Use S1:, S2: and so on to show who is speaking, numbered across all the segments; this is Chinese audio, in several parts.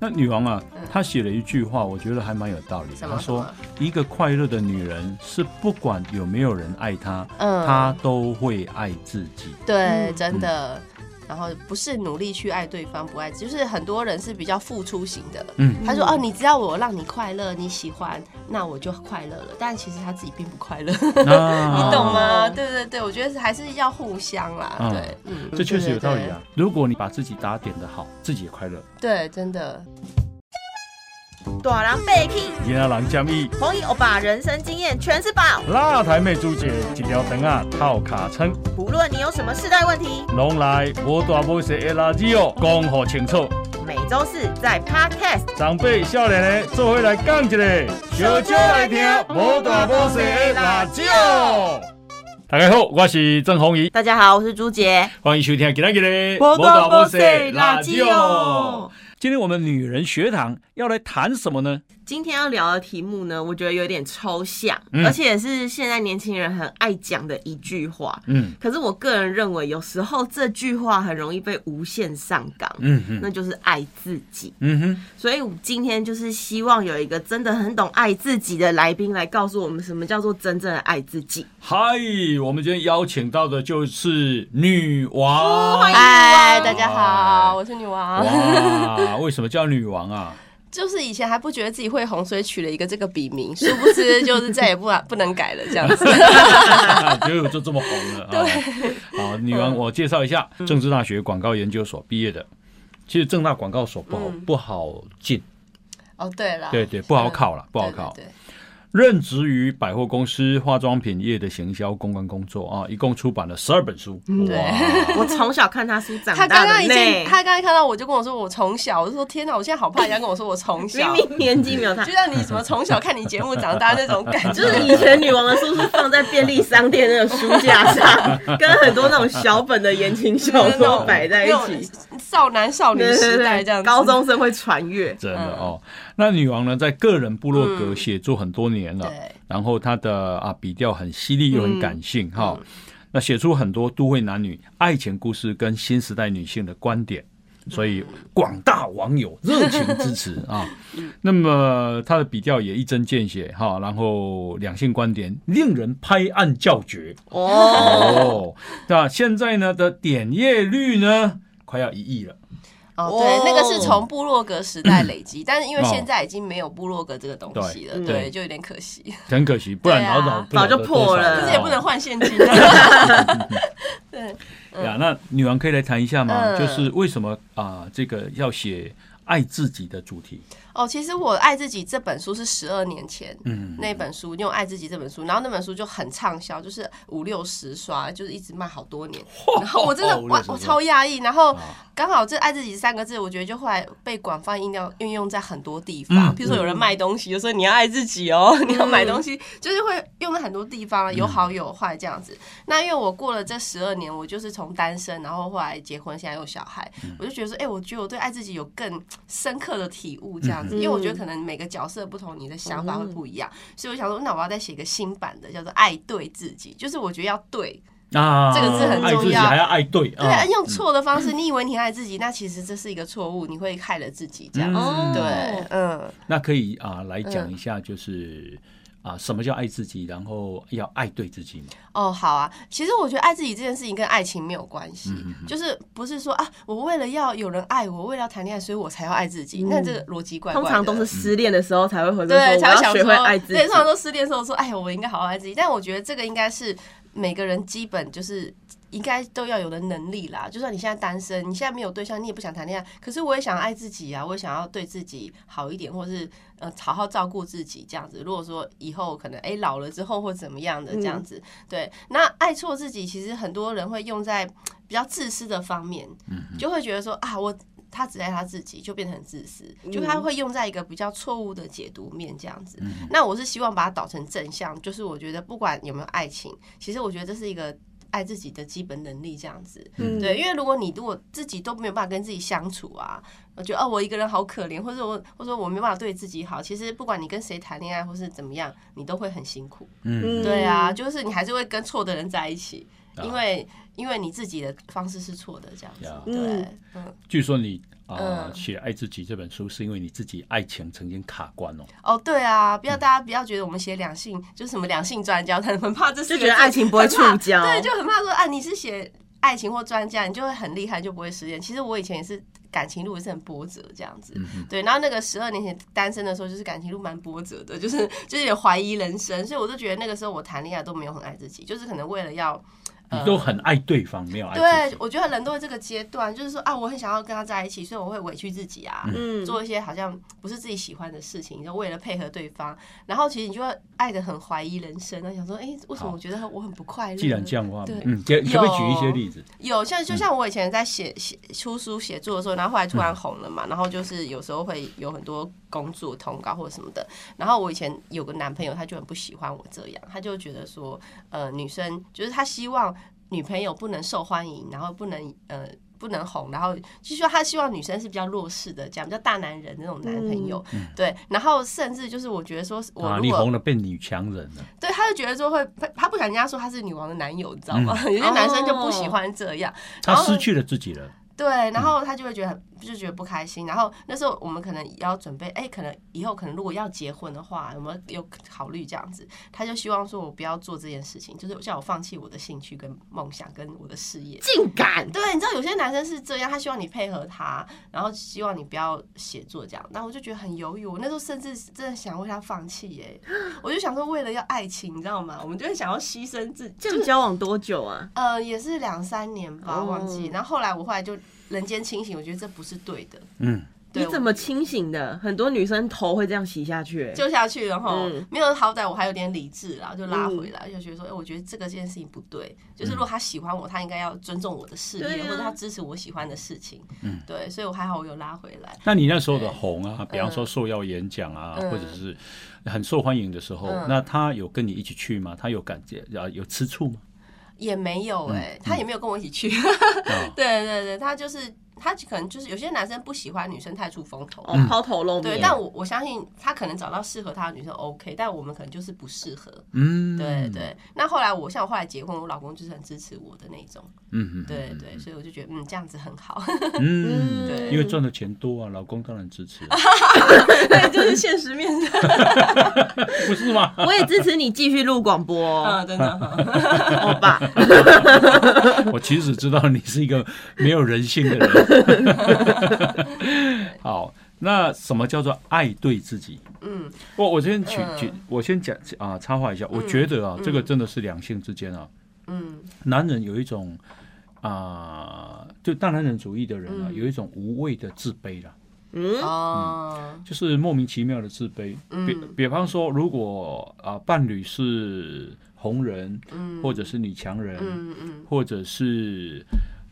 S1: 那女王啊
S2: 嗯，
S1: 她写了一句话，我觉得还蛮有道理的。
S2: 什
S1: 她
S2: 么？
S1: 说
S2: 什么，
S1: 一个快乐的女人是不管有没有人爱她，
S2: 嗯，
S1: 她都会爱自己。
S2: 对，
S3: 嗯
S2: 真的。然后不是努力去爱对方，不爱，就是很多人是比较付出型的。
S1: 嗯，
S2: 他说：“哦，你只要我让你快乐，你喜欢，那我就快乐了。”但其实他自己并不快乐， 你
S1: 那
S2: 懂吗？
S3: 哦
S2: 对对对，我觉得还是要互相啦。
S1: 嗯
S2: 对，嗯，
S1: 这确实有道理啊。如果你把自己打点的好，自己也快乐。
S2: 对。对，对真的。
S3: 短郎被 king，
S1: 伊拉郎加密，
S3: 红衣欧巴人生经验全是宝。
S1: 辣台妹朱姐一条灯啊套卡称，
S3: 不论你有什么世代问题，
S1: 拢来无大无小的垃圾哦，讲好清楚。
S3: 每周四在 Podcast。
S1: 长辈少年的做伙来讲一个，
S3: 小酒来听无大无小的辣椒。
S1: 大家好，我是郑宏仪，
S3: 大家好，我是朱杰。
S1: 欢迎收听今天的今天我们女人学堂要来谈什么呢？
S3: 今天要聊的题目呢，我觉得有点抽象，
S1: 嗯
S3: 而且是现在年轻人很爱讲的一句话。
S1: 嗯
S3: 可是我个人认为，有时候这句话很容易被无限上纲，
S1: 嗯
S3: 那
S1: 嗯
S3: 就是爱自己。
S1: 嗯哼，
S3: 所以我今天就是希望有一个真的很懂爱自己的来宾来告诉我们什么叫做真正的爱自己。
S1: 嗨，我们今天邀请到的就是女王，
S3: 哦欢迎
S2: 嗨，
S3: 女王
S2: 大家好，我是女王。
S1: 哇，为什么叫女王啊？
S2: 就是以前还不觉得自己会红，所以取了一个这个笔名，殊不知就是再也不啊不能改了这样 子。
S1: 结 果就这么红 了。对，好，女王，我介绍一下，
S2: 嗯
S1: 政治大学广告研究所毕业的。其实正大广告所不好、
S2: 嗯
S1: 不好进，
S2: 哦，对了，
S1: 对对，不好考了，不好
S2: 对
S1: 考。
S2: 对对
S1: 任职于百货公司化妆品业的行销公关工作啊，一共出版了十二本书。
S2: 对
S1: 哇，
S3: 我从小看他书长
S2: 他
S3: 大
S2: 刚刚
S3: 的
S2: 已经，
S3: 呢，
S2: 他刚刚看到我就跟我说我从小，我就说天哪，我现在好怕人家跟我说我从
S3: 明
S2: 小，
S3: 明年纪没 有他
S2: 就。像你什么从小看你节目长大那种感觉，
S3: 就是以前女王的书是放在便利商店那个书架 上，跟很多那种小本的言情小说摆在一起，
S2: 少男少女
S3: 对对
S2: 时代
S3: 对
S2: 这样
S3: 对，
S2: 子。
S3: 高中生会传阅。
S1: 真
S2: 嗯
S1: 的哦。那女王呢，在个人部落格写作很多年了，
S2: 对
S1: 然后她的啊笔调很犀利又很感性
S3: 嗯
S1: 哈、那写出很多都会男女爱情故事跟新时代女性的观点。
S3: 嗯
S1: 所以广大网 友热情支持啊！
S3: 嗯
S1: 那么她的笔调也一针见血哈，然后两性观点令人拍案叫绝
S3: 哦，
S1: 哦。那现在呢的点阅率呢，快要一亿了。
S2: 哦，
S3: 哦
S2: 对，那个是从部落格时代累积，但是因为现在已经没有部落格这个东西了，
S3: 对
S2: 对，
S1: 对
S2: 就有点可惜。
S1: 很可惜，不然
S2: 对啊
S1: 老早
S3: 早就破了
S2: 可
S3: 可
S2: 是
S3: 是
S2: 也
S3: 也
S2: 不能换现 金。 对，
S1: 呀。那女王可以来谈一下吗？
S2: 嗯
S1: 就是为什么啊，这个要写爱自己的主题？
S2: 哦，其实我《爱自己》这本书是十二年前。
S1: 嗯，
S2: 那本书用《爱自己》这本书，然后那本书就很畅销，就是五六十刷，就是一直卖好多年。然后我真的
S1: 哦五六
S2: 我
S1: 十刷
S2: 我超讶异，然后
S1: 啊
S2: 刚好这“爱自己”三个字，我觉得就后来被广泛应用运用在很多地
S1: 嗯嗯
S2: 方，比如说有人卖东西，就说你要爱自己哦，你要买东西，就是会用在很多地方，有好有坏这样子。那因为我过了这十二年，我就是从单身，然后后来结婚，现在有小孩，我就觉得说，哎、我觉得我对爱自己有更深刻的体悟，这样子。
S3: 嗯
S2: 因为我觉得可能每个角色不同，你的想法会不一样，所以我想说，那我要再写一个新版的，叫做“爱对自己”，就是我觉得要对，
S1: 啊
S2: 这个字很重要
S1: 爱自己还要爱对哦
S2: 对，啊哎用错的方式，你以为你爱自己，那其实这是一个错误，你会害了自己，这样
S1: 嗯
S2: 子。哦
S3: 哦
S2: 对，嗯，
S1: 那可以啊，来讲一下，就是啊，什么叫爱自己，然后要爱对自己嘛。
S2: 哦，好啊。其实我觉得爱自己这件事情跟爱情没有关系，就是不是说啊，我为了要有人爱我，为了要谈恋爱，所以我才要爱自己。
S3: 嗯
S2: 那这个逻辑怪怪
S3: 通
S2: 的。
S3: 常都是失恋的时候才会回归
S2: 对，
S3: 说
S2: 才
S3: 我
S2: 会
S3: 要
S2: 想
S3: 学
S2: 说，
S3: 会爱自己
S2: 对，。通常都失恋的时候说，哎，我应该好好爱自己。但我觉得这个应该是每个人基本就是。应该都要有的能力啦，就算你现在单身，你现在没有对象，你也不想谈恋爱，可是我也想爱自己啊，我也想要对自己好一点，或是呃好好照顾自己这样子。如果说以后可能哎、老了之后或怎么样的这
S3: 嗯
S2: 样子，对，那爱错自己，其实很多人会用在比较自私的方面，就会觉得说啊，我他只爱他自己，就变得很自私，就他会用在一个比较错误的解读面这样子。那我是希望把它导成正向，就是我觉得不管有没有爱情，其实我觉得这是一个爱自己的基本能力这样子。
S3: 嗯
S2: 对，因为如果你如果自己都没有办法跟自己相处啊，我觉得哦我一个人好可怜，或者我或者我没办法对自己好，其实不管你跟谁谈恋爱或是怎么样，你都会很辛苦。
S3: 嗯
S2: 对啊，就是你还是会跟错的人在一起，
S1: 啊
S2: 因为因为你自己的方式是错的这样子
S1: 呀。
S2: 对，嗯。
S1: 据说你啊
S2: 嗯
S1: 写《爱自己》这本书，是因为你自己爱情曾经卡关哦。
S2: 哦，对啊，不要大家不要觉得我们写两性就是什么两性专家， 他很怕这四
S3: 就
S2: 个
S3: 觉得
S2: 字
S3: 爱情不会触
S2: 很怕
S3: 礁
S2: 对，就很怕说啊，你是写爱情或专家，你就会很厉害，就不会失恋。其实我以前也是感情路也是很波折这样
S1: 嗯
S2: 子，对。然后那个十二年前单身的时候，就是感情路蛮波折的，就是就是有点怀疑人生，所以我就觉得那个时候我谈恋爱都没有很爱自己，就是可能为了要。
S1: 你
S2: 呃
S1: 都很爱对方，没有爱自
S2: 对
S1: 己，。
S2: 我觉得人都会这个阶段，就是说啊，我很想要跟他在一起，所以我会委屈自己啊，
S3: 嗯
S2: 做一些好像不是自己喜欢的事情，就为了配合对方。然后其实你就会爱的很怀疑人生，然后想说，哎、为什么
S1: 好
S2: 我觉得我很不快乐？
S1: 既然这样的话
S2: 对，
S1: 嗯，可可不可以举一些
S2: 有
S1: 例子？
S2: 有像就像我以前在写写出书写作的时候，然后后来突然红了嘛，然后就是有时候会有很多工作通告或者什么的。然后我以前有个男朋友，他就很不喜欢我这样，他就觉得说，呃，女生就是他希望女朋友不能受欢迎，然后不能呃。不能红，然后就说他希望女生是比较弱势的，这样比较大男人的那种男朋友，对。然后甚至就是我觉得说，我
S1: 啊，
S2: 如
S1: 你
S2: 果、
S1: 红了变女强人了，
S2: 对，他就觉得说会，他不想人家说他是女王的男友，你知道吗？ 有些男生就不喜欢这样，
S1: 他
S2: 然后
S1: 失去了自己了。
S2: 对，然后他就会觉得很就觉得不开心。然后那时候我们可能也要准备，哎，可能以后可能如果要结婚的话，我们有考虑这样子。他就希望说我不要做这件事情，就是叫我放弃我的兴趣、跟梦想、跟我的事 业。
S3: 竟敢
S2: 对，你知道有些男生是这样，他希望你配合他，然后希望你不要写作这样。那我就觉得很犹豫，我那时候甚至真的想为他放弃耶、我就想说为了要爱情，你知道吗？我们就会想要牺牲自己，
S3: 这样交往多久啊？
S2: 呃，也是两三年吧，
S3: 哦
S2: 忘记。然后后来我后来就人间清醒，我觉得这不是对的。
S1: 嗯，
S2: 对
S3: 你怎么清醒的？很多女生头会这样洗下去、欸
S2: 就下去了哈，
S3: 嗯
S2: 没有好歹我还有点理智啦，就拉回来，就觉得说，哎、我觉得这个件事情不对，就是如果他喜欢我，他应该要尊重我的事
S3: 对
S2: 业，
S3: 啊
S2: 或者他支持我喜欢的事情，嗯，对，所以我还好我有拉回来，
S1: 那你那时候的红啊，比方说受邀演讲啊，
S2: 嗯
S1: 或者是很受欢迎的时候，
S2: 嗯
S1: 那他有跟你一起去吗？他有感觉啊，有吃醋 吗？
S2: 也没有哎、他也没有跟我一起去，
S1: 啊，
S2: 对对对，他就是他可能就是有些男生不喜欢女生太出风头，
S3: 哦，抛头露面。
S2: 对，但我我相信他可能找到适合他的女生 OK，但我们可能就是不适合，
S1: 嗯，
S2: 对对。那后来我像我后来结婚，我老公就是很支持我的那种，
S1: 嗯，嗯嗯，
S2: 对对，所以我就觉得嗯这样子很好，
S1: 嗯，
S2: 对
S1: 因为赚的钱多啊，老公当然支持， 啊
S2: 嗯对，就是现实面上，
S1: 不是 吗？
S3: 我也支持你继续录广播哦，
S2: 嗯，真的哈。
S3: 欧 巴。
S1: 我其实知道你是一个没有人性 的人。好，那什么叫做爱对自己？
S2: 嗯，
S1: 我我先举
S2: 嗯
S1: 举，我先讲啊，插话一下，我觉得啊，这个真的是两性之间啊，
S2: 嗯，
S1: 男人有一种啊、就大男人主义的人啊，有一种无谓的自卑啦。
S3: 嗯，
S2: 哦，
S1: 就是莫名其妙的自卑。比
S2: 嗯
S1: 比方说，如果啊、伴侣是红人，
S2: 嗯
S1: 或者是女强人，
S2: 嗯嗯
S1: 或者是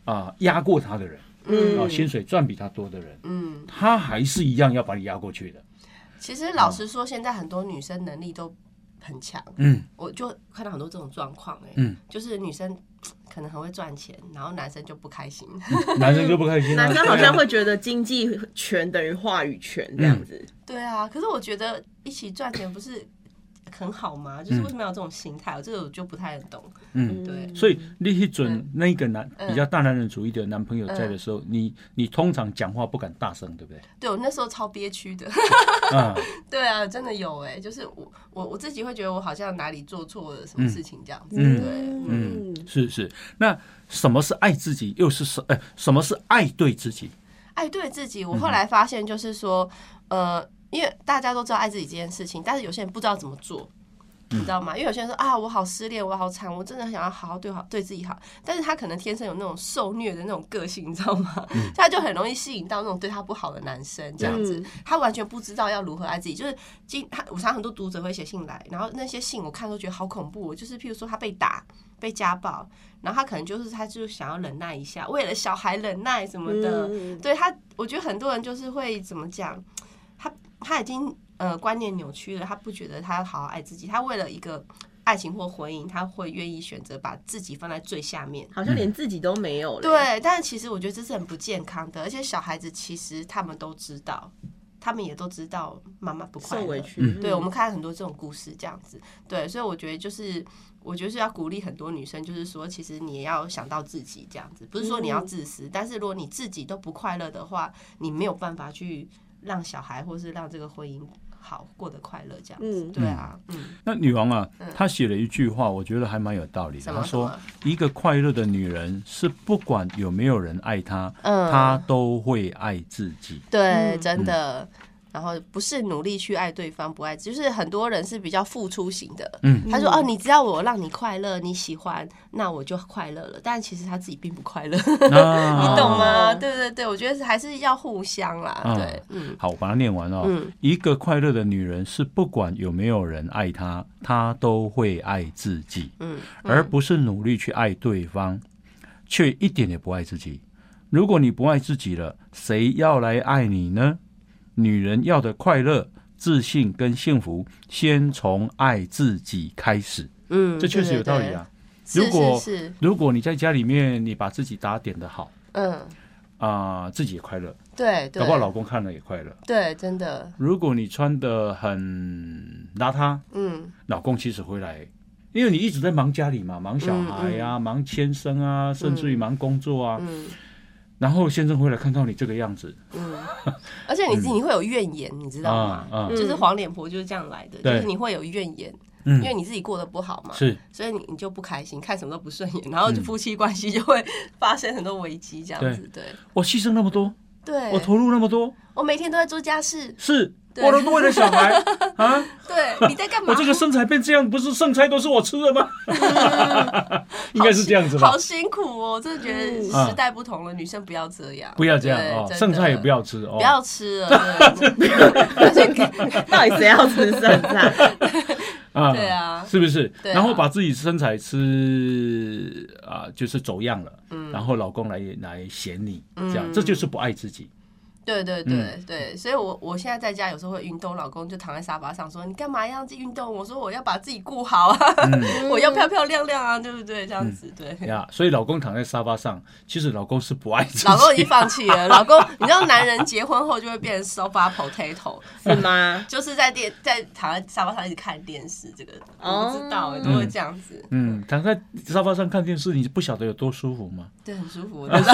S1: 啊压、过他的人，
S3: 嗯
S1: 啊、薪水赚比他多的人，
S2: 嗯，
S1: 他还是一样要把你压过去的。
S2: 其实老实说，现在很多女生能力都很强，
S1: 嗯，
S2: 我就看到很多这种状况，哎，
S1: 嗯，
S2: 就是女生。可能很会赚钱，然后男生就不开心。
S1: 男生就不开心、啊，
S3: 男生好像
S1: 对啊。
S3: 会觉得经济权等于话语权这样子。
S2: 对啊，可是我觉得一起赚钱不是很好吗？就是为什么要有这种心态？我这个我就不太懂。
S1: 嗯
S2: 对，
S1: 所以那一准
S2: 嗯
S1: 那个男
S2: 嗯
S1: 比较大男人主义的男朋友
S3: 嗯
S1: 在的时候，你你通常讲话不敢大声，对不对？
S2: 对我那时候超憋屈的，
S1: 啊，
S2: 对啊，真的有哎、就是我我我自己会觉得我好像哪里做错了什么事情这样子，
S1: 嗯
S2: 对，
S1: 嗯，是是。那什么是爱自己？又是什？呃，什么是爱对自己？
S2: 爱对自己，我后来发现就是说，呃，因为大家都知道爱自己这件事情，但是有些人不知道怎么做。你知道吗？因为有些人说啊，我好失恋，我好惨，我真的很想要好好对好对自己好，但是他可能天生有那种受虐的那种个性，你知道吗？ 他就很容易吸引到那种对他不好的男生，这样子
S3: 嗯，
S2: 他完全不知道要如何爱自己。就是今他，我常很多读者会写信来，然后那些信我看都觉得好恐怖哦，就是譬如说他被打、被家暴，然后他可能就是他就想要忍耐一下，为了小孩忍耐什么的，
S3: 嗯
S2: 对他，我觉得很多人就是会怎么讲，他他已经呃观念扭曲了，他不觉得他要好好爱自己，他为了一个爱情或婚姻，他会愿意选择把自己放在最下面。
S3: 好像连自己都没有了。，
S2: 对，但其实我觉得这是很不健康的，而且小孩子其实他们都知道，他们也都知道妈妈不快
S3: 受
S2: 乐
S3: 委。屈。
S2: 嗯
S3: 嗯
S2: 对，我们看很多这种故事，这样子，对，所以我觉得就是，我觉得是要鼓励很多女生，就是说，其实你也要想到自己这样子，不是说你要自私，但是如果你自己都不快乐的话，你没有办法去让小孩或是让这个婚姻好过得快乐这样子，
S3: 嗯
S2: 对啊，嗯，
S1: 那女王啊
S2: 嗯，
S1: 她写了一句话，我觉得还蛮有道理的。
S2: 什么
S1: 她说
S2: 什么：“
S1: 一个快乐的女人是不管有没有人爱她，
S2: 嗯
S1: 她都会爱自 己。
S2: 对，
S3: 嗯
S2: 真的。然后不是努力去爱对方，不爱，就是很多人是比较付出型的。
S1: 嗯，
S2: 他说：“哦，你只要我让你快乐，你喜欢，那我就快乐了。”但其实他自己并不快乐，你
S1: 那
S2: 懂吗？
S3: 哦
S2: 对对对，我觉得还是要互相啦。
S1: 嗯
S2: 对，嗯
S1: 好，我把它念完哦。
S2: 嗯
S1: 一个快乐的女人是不管有没有人爱她，她都会爱自己，
S2: 嗯，
S1: 而不是努力去爱对方，却一点也不爱自己。如果你不爱自己了，谁要来爱你呢？女人要的快乐、自信跟幸福，先从爱自己开始。
S2: 嗯，
S1: 这确实有道理啊。
S2: 对。对
S1: 如果
S2: 是是是，
S1: 如果你在家里面，你把自己打点的好
S2: 嗯，
S1: 啊、自己也快乐，
S2: 对对，
S1: 搞不好老公看了也快乐。
S2: 对，真的，
S1: 如果你穿的很邋遢，
S2: 嗯
S1: 老公其实回来，因为你一直在忙家里嘛，忙小孩呀、忙先生啊，甚至于忙工作啊。
S2: 嗯
S1: 然后先生回来看到你这个样子，
S2: 嗯，而且你自己会有怨言，你知道吗？
S1: 啊啊
S2: 就是黄脸婆就是这样来的，就
S1: 对
S2: 是你会有怨言，
S1: 嗯
S2: 因为你自己过得不好嘛，
S1: 是嗯
S2: 所以你你就不开心，看什么都不顺眼，然后就夫妻关系就会发生很多危机，这样子，对
S1: 我牺牲那么多，
S2: 对，
S1: 我投入那么多，
S2: 我每天都在做家事，
S1: 是
S2: 对
S1: 我都为了小孩 啊，
S2: 对， 你在干嘛？
S1: 我这个身材变这样，不是剩菜都是我吃的吗？ 应该是这样子吧
S2: 嗯好？辛苦哦，我真的觉得
S1: 嗯
S2: 时代不同了，女生不要这样，
S1: 不要这样
S2: 对
S1: 哦，
S2: 真的
S1: 剩菜也不要吃哦
S2: 不。要吃了，对而且
S3: 到底谁要吃剩 菜？
S1: 啊
S2: 对啊
S1: 是不是？
S2: 对啊
S1: 然后把自己身材吃啊、就是走样了，
S2: 嗯
S1: 然后老公来来嫌你，这样、这就是不爱自 己。
S2: 对对对对，所以我我现在在家有时候会运动，老公就躺在沙发上说：“你干嘛要去运动？”我说：“我要把自己顾好啊，我要漂漂亮亮啊，对不对？”这样子，对。
S1: 呀所以老公躺在沙发上，其实老公是不爱自己。
S2: 老公已经放弃了。老公，你知道男人结婚后就会变成 sofa potato，
S3: 是吗？
S2: 就是在电在躺在沙发上一直看电视。这个我不知道、
S3: 哦
S2: 都会这样子，
S1: 嗯，躺在沙发上看电视，你不晓得有多舒服吗？
S2: 对，很舒服。我知道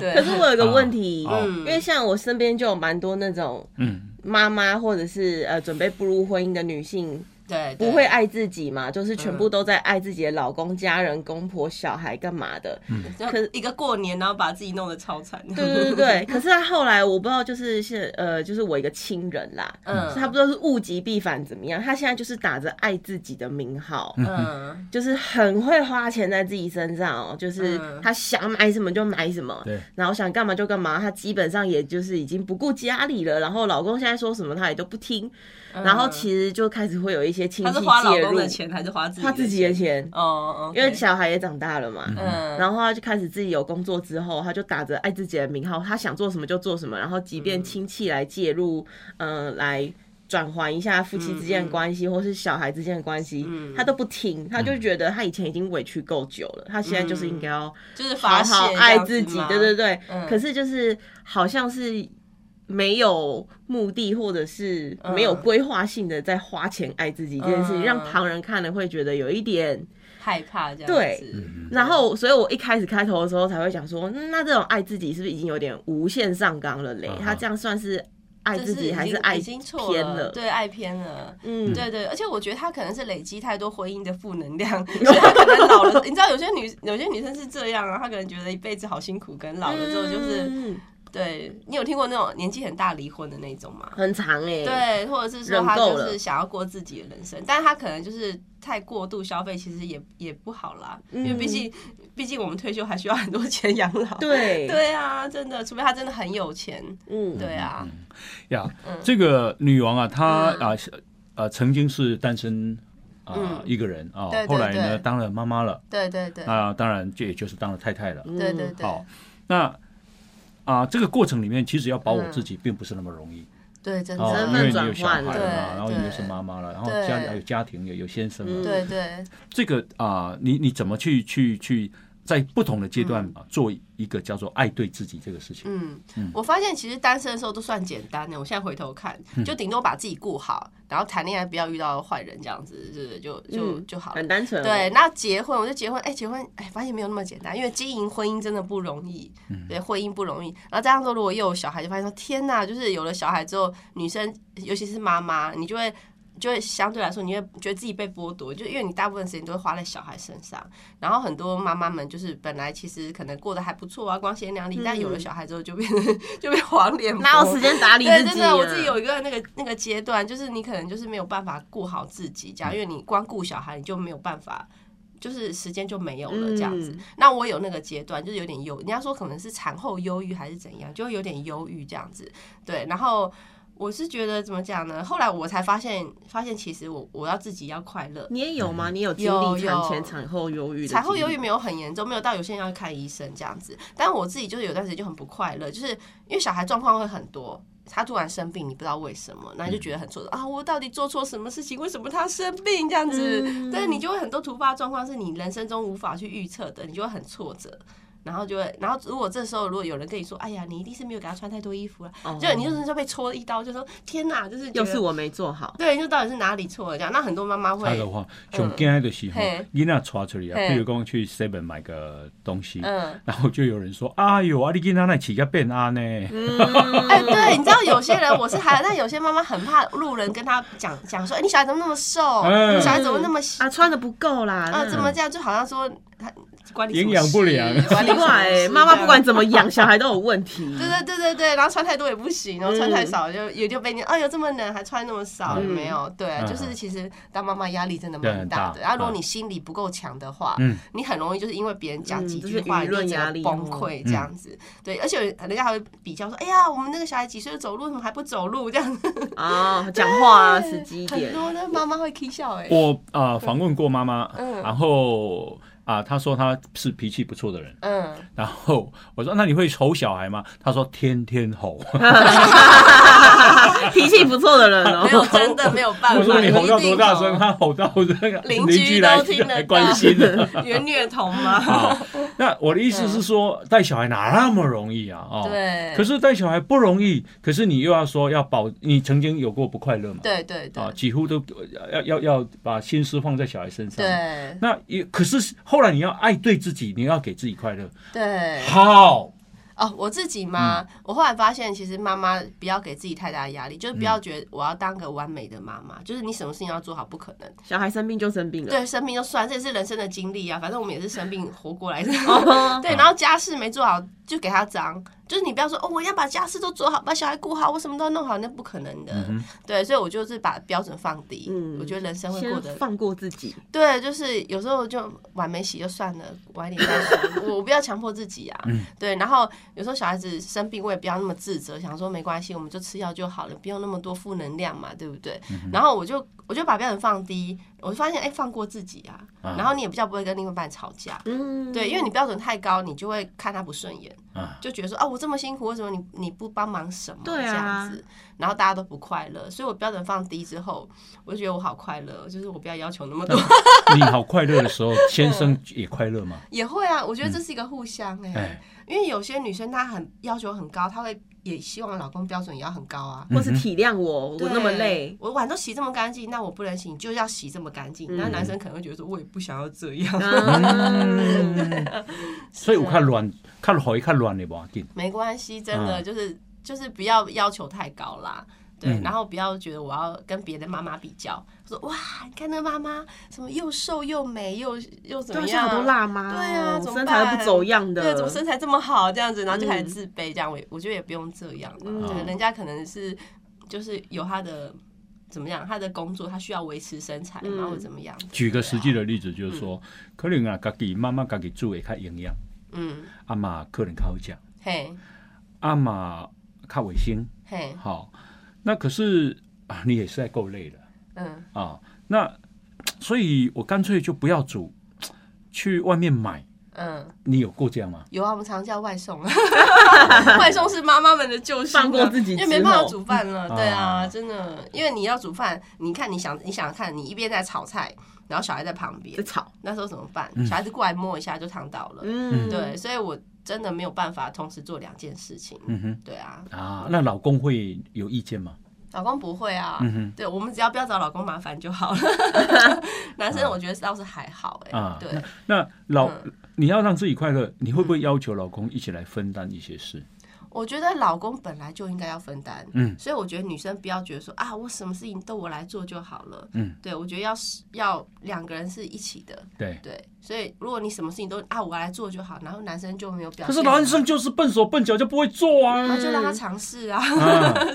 S2: 对，嗯
S3: 可是我有个问题，
S1: 啊啊
S3: 因为像我身边就有蛮多那种
S1: 嗯，
S3: 妈妈或者是呃准备步入婚姻的女性，
S2: 对
S3: 不会，爱自己嘛，就是全
S2: 嗯
S3: 部都在爱自己的老公、家人、公婆、小孩干嘛的。
S2: 对就一个过年，然后把自己弄得超惨。
S3: 对对对对，可是他后来我不知道，就是是呃，就是我一个亲人啦，
S2: 嗯
S3: 他不知道是物极必反怎么样，他现在就是打着爱自己的名号，
S2: 嗯，
S3: 就是很会花钱在自己身上哦，就是
S2: 嗯
S3: 他想买什么就买什么，
S1: 对，
S3: 然后想干嘛就干嘛，他基本上也就是已经不顾家里了，然后老公现在说什么他也都不听，然后其实就开始会有一些亲
S2: 嗯他
S3: 戚
S2: 是花老
S3: 介
S2: 公
S3: 入
S2: 的，钱还是花自己
S3: 花自己的
S2: 钱？
S3: 钱，
S2: 哦哦，
S3: 因为小孩也长大了嘛，
S2: 嗯，
S3: 然后他就开始自己有工作之后，他就打着爱自己的名号，他想做什么就做什么，然后即便
S2: 嗯
S3: 亲戚来介入，嗯、来转换一下夫妻之间
S2: 嗯
S3: 的关系，或是小孩之间的关系，他都不听，他
S2: 嗯
S3: 就觉得他以前已经委屈够久了，他现在就是应该要
S2: 就是
S3: 好
S2: 嗯发泄
S3: 好
S2: 这
S3: 爱
S2: 样
S3: 自
S2: 子
S3: 己
S2: 吗，
S3: 对对对。
S2: 嗯
S3: 可是就是好像是。没有目的或者是没有
S2: 嗯
S3: 规划性的在花钱爱自己这件事
S2: 嗯
S3: 情，让旁人看了会觉得有一点
S2: 害怕这样
S3: 对
S2: 子，
S3: 然后，所以我一开始开头的时候才会讲说，嗯那这种爱自己是不是已经有点无限上纲了嘞
S1: 嗯？
S3: 他这样算是爱
S2: 这
S3: 自己
S2: 已
S3: 还
S2: 经
S3: 是爱
S2: 已经
S3: 偏
S2: 错
S3: 了？
S2: 对，爱偏了。
S3: 嗯，
S2: 对对，而且我觉得他可能是累积太多婚姻的负能 量，所以他可能老了。你知道，有些女有些女生是这样啊，她可能觉得一辈子好辛苦，可能老了之后就是，
S3: 嗯
S2: 对你有听过那种年纪很大离婚的那种吗？
S3: 很长哎、欸，
S2: 对，或者是说
S3: 忍
S2: 他
S3: 够
S2: 就是
S3: 了
S2: 想要过自己的人生，但是他可能就是太过度消费，其实也也不好啦，
S3: 嗯
S2: 因为毕竟毕竟我们退休还需要很多钱养老。
S3: 对
S2: 对啊，真的，除非他真的很有钱。
S3: 嗯，
S2: 对啊，
S1: 呀，
S2: 嗯
S1: 这个女王啊，她啊呃曾经是单身啊、
S2: 嗯
S1: 一个人啊，
S2: 对对
S1: 后来呢
S2: 对
S1: 当了妈妈了，
S2: 对对对，
S1: 啊、当然这也就是当了太太了。
S2: 对对
S3: 嗯
S2: 对
S1: 好，，那啊、这个过程里面其实要保我自
S2: 嗯
S1: 己，并不是那么容易。
S2: 对真
S1: 哦，
S3: 身
S1: 因
S3: 份
S1: 为
S2: 的，
S1: 你有小孩
S3: 转换
S1: 了嘛，
S2: 对
S1: 然后你
S2: 对
S1: 又是妈妈了，然后
S2: 对嗯
S1: 家里还有家庭，有有先生了，
S2: 对对，
S1: 这个啊、你你怎么去去去在不同的阶段啊做一个叫做爱对自己这个事情。
S2: 嗯，我发现其实单身的时候都算简单的。我现在回头看，
S1: 嗯
S2: 就顶多把自己顾好，然后谈恋爱不要遇到坏人，这样子就是就就就好了
S3: 很。单纯、哦。
S2: 对，那结婚我就结婚，哎、结婚哎，发现没有那么简单，因为经营婚姻真的不容易，对，婚姻不容易。然后加上说，如果又有小孩，就发现说天呐，就是有了小孩之后，女生尤其是妈妈，你就会。就会相对来说，你会觉得自己被剥夺，就因为你大部分时间都会花在小孩身上。然后很多妈妈们就是本来其实可能过得还不错啊，光鲜亮丽，但有了小孩之后就变成 就被黄脸婆。
S3: 嗯哪有时间打理自己、啊？
S2: 对，真的，我自己有一个那个那个阶段，就是你可能就是没有办法顾好自己，这样，因为你光顾小孩，你就没有办法。就是时间就没有了这样子，
S3: 嗯
S2: 那我有那个阶段，就是有点忧，人家说可能是产后忧郁还是怎样，就有点忧郁这样子。对，然后我是觉得怎么讲呢？后来我才发现，发现其实我我要自己要快乐，
S3: 你也有吗？
S1: 嗯
S3: 你有经
S2: 有
S3: 历产
S2: 有
S3: 前、产后忧郁的经历？
S2: 产后忧郁没有很严重，没有到有些人要看医生这样子。但我自己就是有段时间就很不快乐，就是因为小孩状况会很多。他突然生病，你不知道为什么，那你
S3: 嗯
S2: 就觉得很挫折、啊！我到底做错什么事情？为什么他生病这样子？
S3: 嗯
S2: 对，你就会很多突发状况是你人生中无法去预测的，你就会很挫折，然后就会，然后如果这时候如果有人跟你说，哎呀，你一定是没有给他穿太多衣服了、啊
S3: 哦
S2: 就你就是就被戳一刀，就说天哪，就是觉
S3: 又
S2: 得
S3: 是我没做好。
S2: 对，就到底是哪里错了这样？那很多妈妈会嗯
S1: 他，的话，像今天的时候
S2: 嘿，
S1: 囡仔抓出来啊，
S2: 嘿
S1: 譬如讲去 Seven 买个东西，
S2: 嗯。
S1: 然后就有人说：“哎呦，啊你囡仔那起个变啊呢？”
S2: 哎、对，你知道有些人我是还，但有些妈妈很怕路人跟她讲讲说，哎、你小孩怎么那么瘦？
S1: 嗯
S2: 你小孩怎么那么小？
S3: 啊，穿的不够啦。嗯
S2: 啊，
S3: 那
S2: 怎么这样？就好像说他管理
S1: 营养不良
S2: 管理
S3: 奇怪、欸？妈妈不管。怎么养，小孩都有问题。
S2: 对对对对对，然后穿太多也不行，然后穿
S1: 嗯
S2: 太少就也就被你，哎呦这么冷还穿那么少，有没有？对，
S1: 嗯
S2: 就是其实当妈妈压力真的蛮大
S1: 对
S2: 的。
S1: 很大
S2: 然后如果你心理不够强的话
S1: 嗯，
S2: 你很容易就是因为别人讲几
S3: 嗯这
S2: 句
S3: 是
S2: 话
S3: 舆
S2: 你就
S3: 论
S2: 整
S3: 压
S2: 个
S3: 力
S2: 崩
S3: 哦
S2: 溃
S1: 嗯
S2: 这样子。对，而且人家还会比较说，哎呀，我们那个小孩几岁就走路，怎么还不走路？这样子，
S3: 啊，讲话啊，时机
S2: 很
S3: 点。
S2: 多的妈妈会 k 笑哎。
S1: 我啊访问过妈妈，
S2: 嗯
S1: 然后啊她说她是脾气不错的人，
S2: 嗯，
S1: 然后我说那你会吼小孩吗？她说天天吼，
S3: 脾气不错的人哦、
S2: 没有真的没有办法。
S1: 我说你吼到
S2: 一
S1: 多
S2: 定
S1: 大
S2: 吼
S1: 声？她吼到这个
S2: 邻
S1: 居
S2: 居
S1: 来
S2: 都听得到
S1: 来关心 了。
S2: 原虐童吗？
S1: 好，那我的意思是说带小孩哪那么容易啊？哦，
S2: 对，
S1: 可是带小孩不容易，可是你又要说要保，你曾经有过不快乐嘛？
S2: 对对对
S1: 啊，几乎都要要要把心思放在小孩身上。
S2: 对
S1: 那也可是后来你要爱对自己，你要给自己快乐。
S2: 对
S1: 好，
S2: 哦，我自己嘛，我后来发现，其实妈妈不要给自己太大的压力，就是不要觉得我要当个完美的妈妈，就是你什么事情要做好，不可能。
S3: 小孩生病就生病了。
S2: 对，生病就算，这也是人生的经历啊，反正我们也是生病活过来的。
S3: 哦，
S2: 对，然后家事没做好就给他脏，就是你不要说哦，我要把家事都做好，把小孩顾好，我什么都要弄好，那不可能的。
S1: 嗯
S2: 对，所以我就是把标准放低，
S3: 嗯
S2: 我觉得人生会过
S3: 先
S2: 得
S3: 放过自己。
S2: 对，就是有时候就碗没洗就算了，晚一点再洗。我不要强迫自己啊。对，然后有时候小孩子生病，我也不要那么自责，想说没关系，我们就吃药就好了，不用那么多负能量嘛，对不对？然后我就我就把标准放低，我就发现哎、放过自己啊，
S1: 啊
S2: 然后你也比较不会跟另一半吵架。
S3: 嗯，
S2: 对，因为你标准太高，你就会看他不顺眼，
S1: 啊
S2: 就觉得说啊，我这么辛苦，为什么你你不帮忙什么
S3: 对
S2: 这
S3: 啊
S2: 样子，然后大家都不快乐，所以我标准放低之后，我就觉得我好快乐，就是我不要要求那么多。
S1: 你好快乐的时候，先生也快乐 吗？
S2: 也会啊，我觉得这是一个互相哎、
S1: 哎，
S2: 因为有些女生她很要求很高，她会也希望老公标准也要很高啊。
S3: 或是体谅我，我
S2: 对
S3: 那么累，，
S2: 我碗都洗这么干净，那我不能洗，你就要洗这么干净。那、男生可能会觉得说，我也不想要这样，
S3: 啊
S1: 嗯，所以我看乱，看好一看乱的不要紧。
S2: 没关系，真的、
S1: 嗯
S2: 就是就是不要要求太高啦。对，
S1: 嗯
S2: 然后不要觉得我要跟别的妈妈比较，说哇，你看那个妈妈什么又瘦又美又又怎么
S3: 对，
S2: 样，
S3: 像好多辣妈哦，
S2: 对啊怎么
S3: 身材都不
S2: 办
S3: 走样的，
S2: 对，怎么身材这么好这样子，然后就开始
S3: 嗯
S2: 自卑这样。我、我觉得也不用这样嘛，
S3: 嗯
S1: 哦
S2: 对，人家可能是就是有他的怎么样，他的工作他需要维持身材嘛，
S3: 嗯
S2: 或怎么样。啊
S1: 举个实际的例子，就是说，可能啊，家己妈妈家己煮的较营养，
S2: 嗯，
S1: 阿妈可能较好食，
S2: 嘿，
S1: 阿妈较卫生。
S2: 嘿，
S1: 好，那可是啊，你也实在够累了。
S2: 嗯，
S1: 啊，那所以我干脆就不要煮，去外面买
S2: 嗯，
S1: 你有过这样吗？
S2: 有啊，我们常叫外 送， 外送是妈妈们的救星啊，
S3: 放过自己
S2: 因
S3: 之
S2: 为
S3: 后嗯
S2: 没办法煮饭了。对啊，
S1: 啊
S2: 真的，因为你要煮饭，你看你想你想看，你一边在炒菜，然后小孩在旁边
S3: 在，吵，
S2: 那时候怎么办？小孩子过来摸一下就烫到了，
S3: 嗯，
S2: 对，，所以我真的没有办法同时做两件事情。
S1: 嗯哼，
S2: 对啊，
S1: 啊，那老公会有意见吗？
S2: 老公不会啊，
S1: 嗯哼
S2: 对我们只要不要找老公麻烦就 好了。
S3: 嗯
S2: 男生我觉得倒是还好哎、
S1: 啊
S2: 对，嗯
S1: 那老、你要让自己快乐，你会不会要求老公一起来分担一些事？
S2: 我觉得老公本来就应该要分担，
S1: 嗯
S2: 所以我觉得女生不要觉得说啊，我什么事情都我来做就好了，
S1: 嗯，
S2: 对我觉得要是要两个人是一起的，
S1: 对。
S2: 对，所以如果你什么事情都啊我来做就好，然后男生就没有表
S1: 可
S2: 现，
S1: 是男生就是笨手笨脚，就不会做啊。
S2: 那就让他
S3: 嗯
S2: 尝试啊，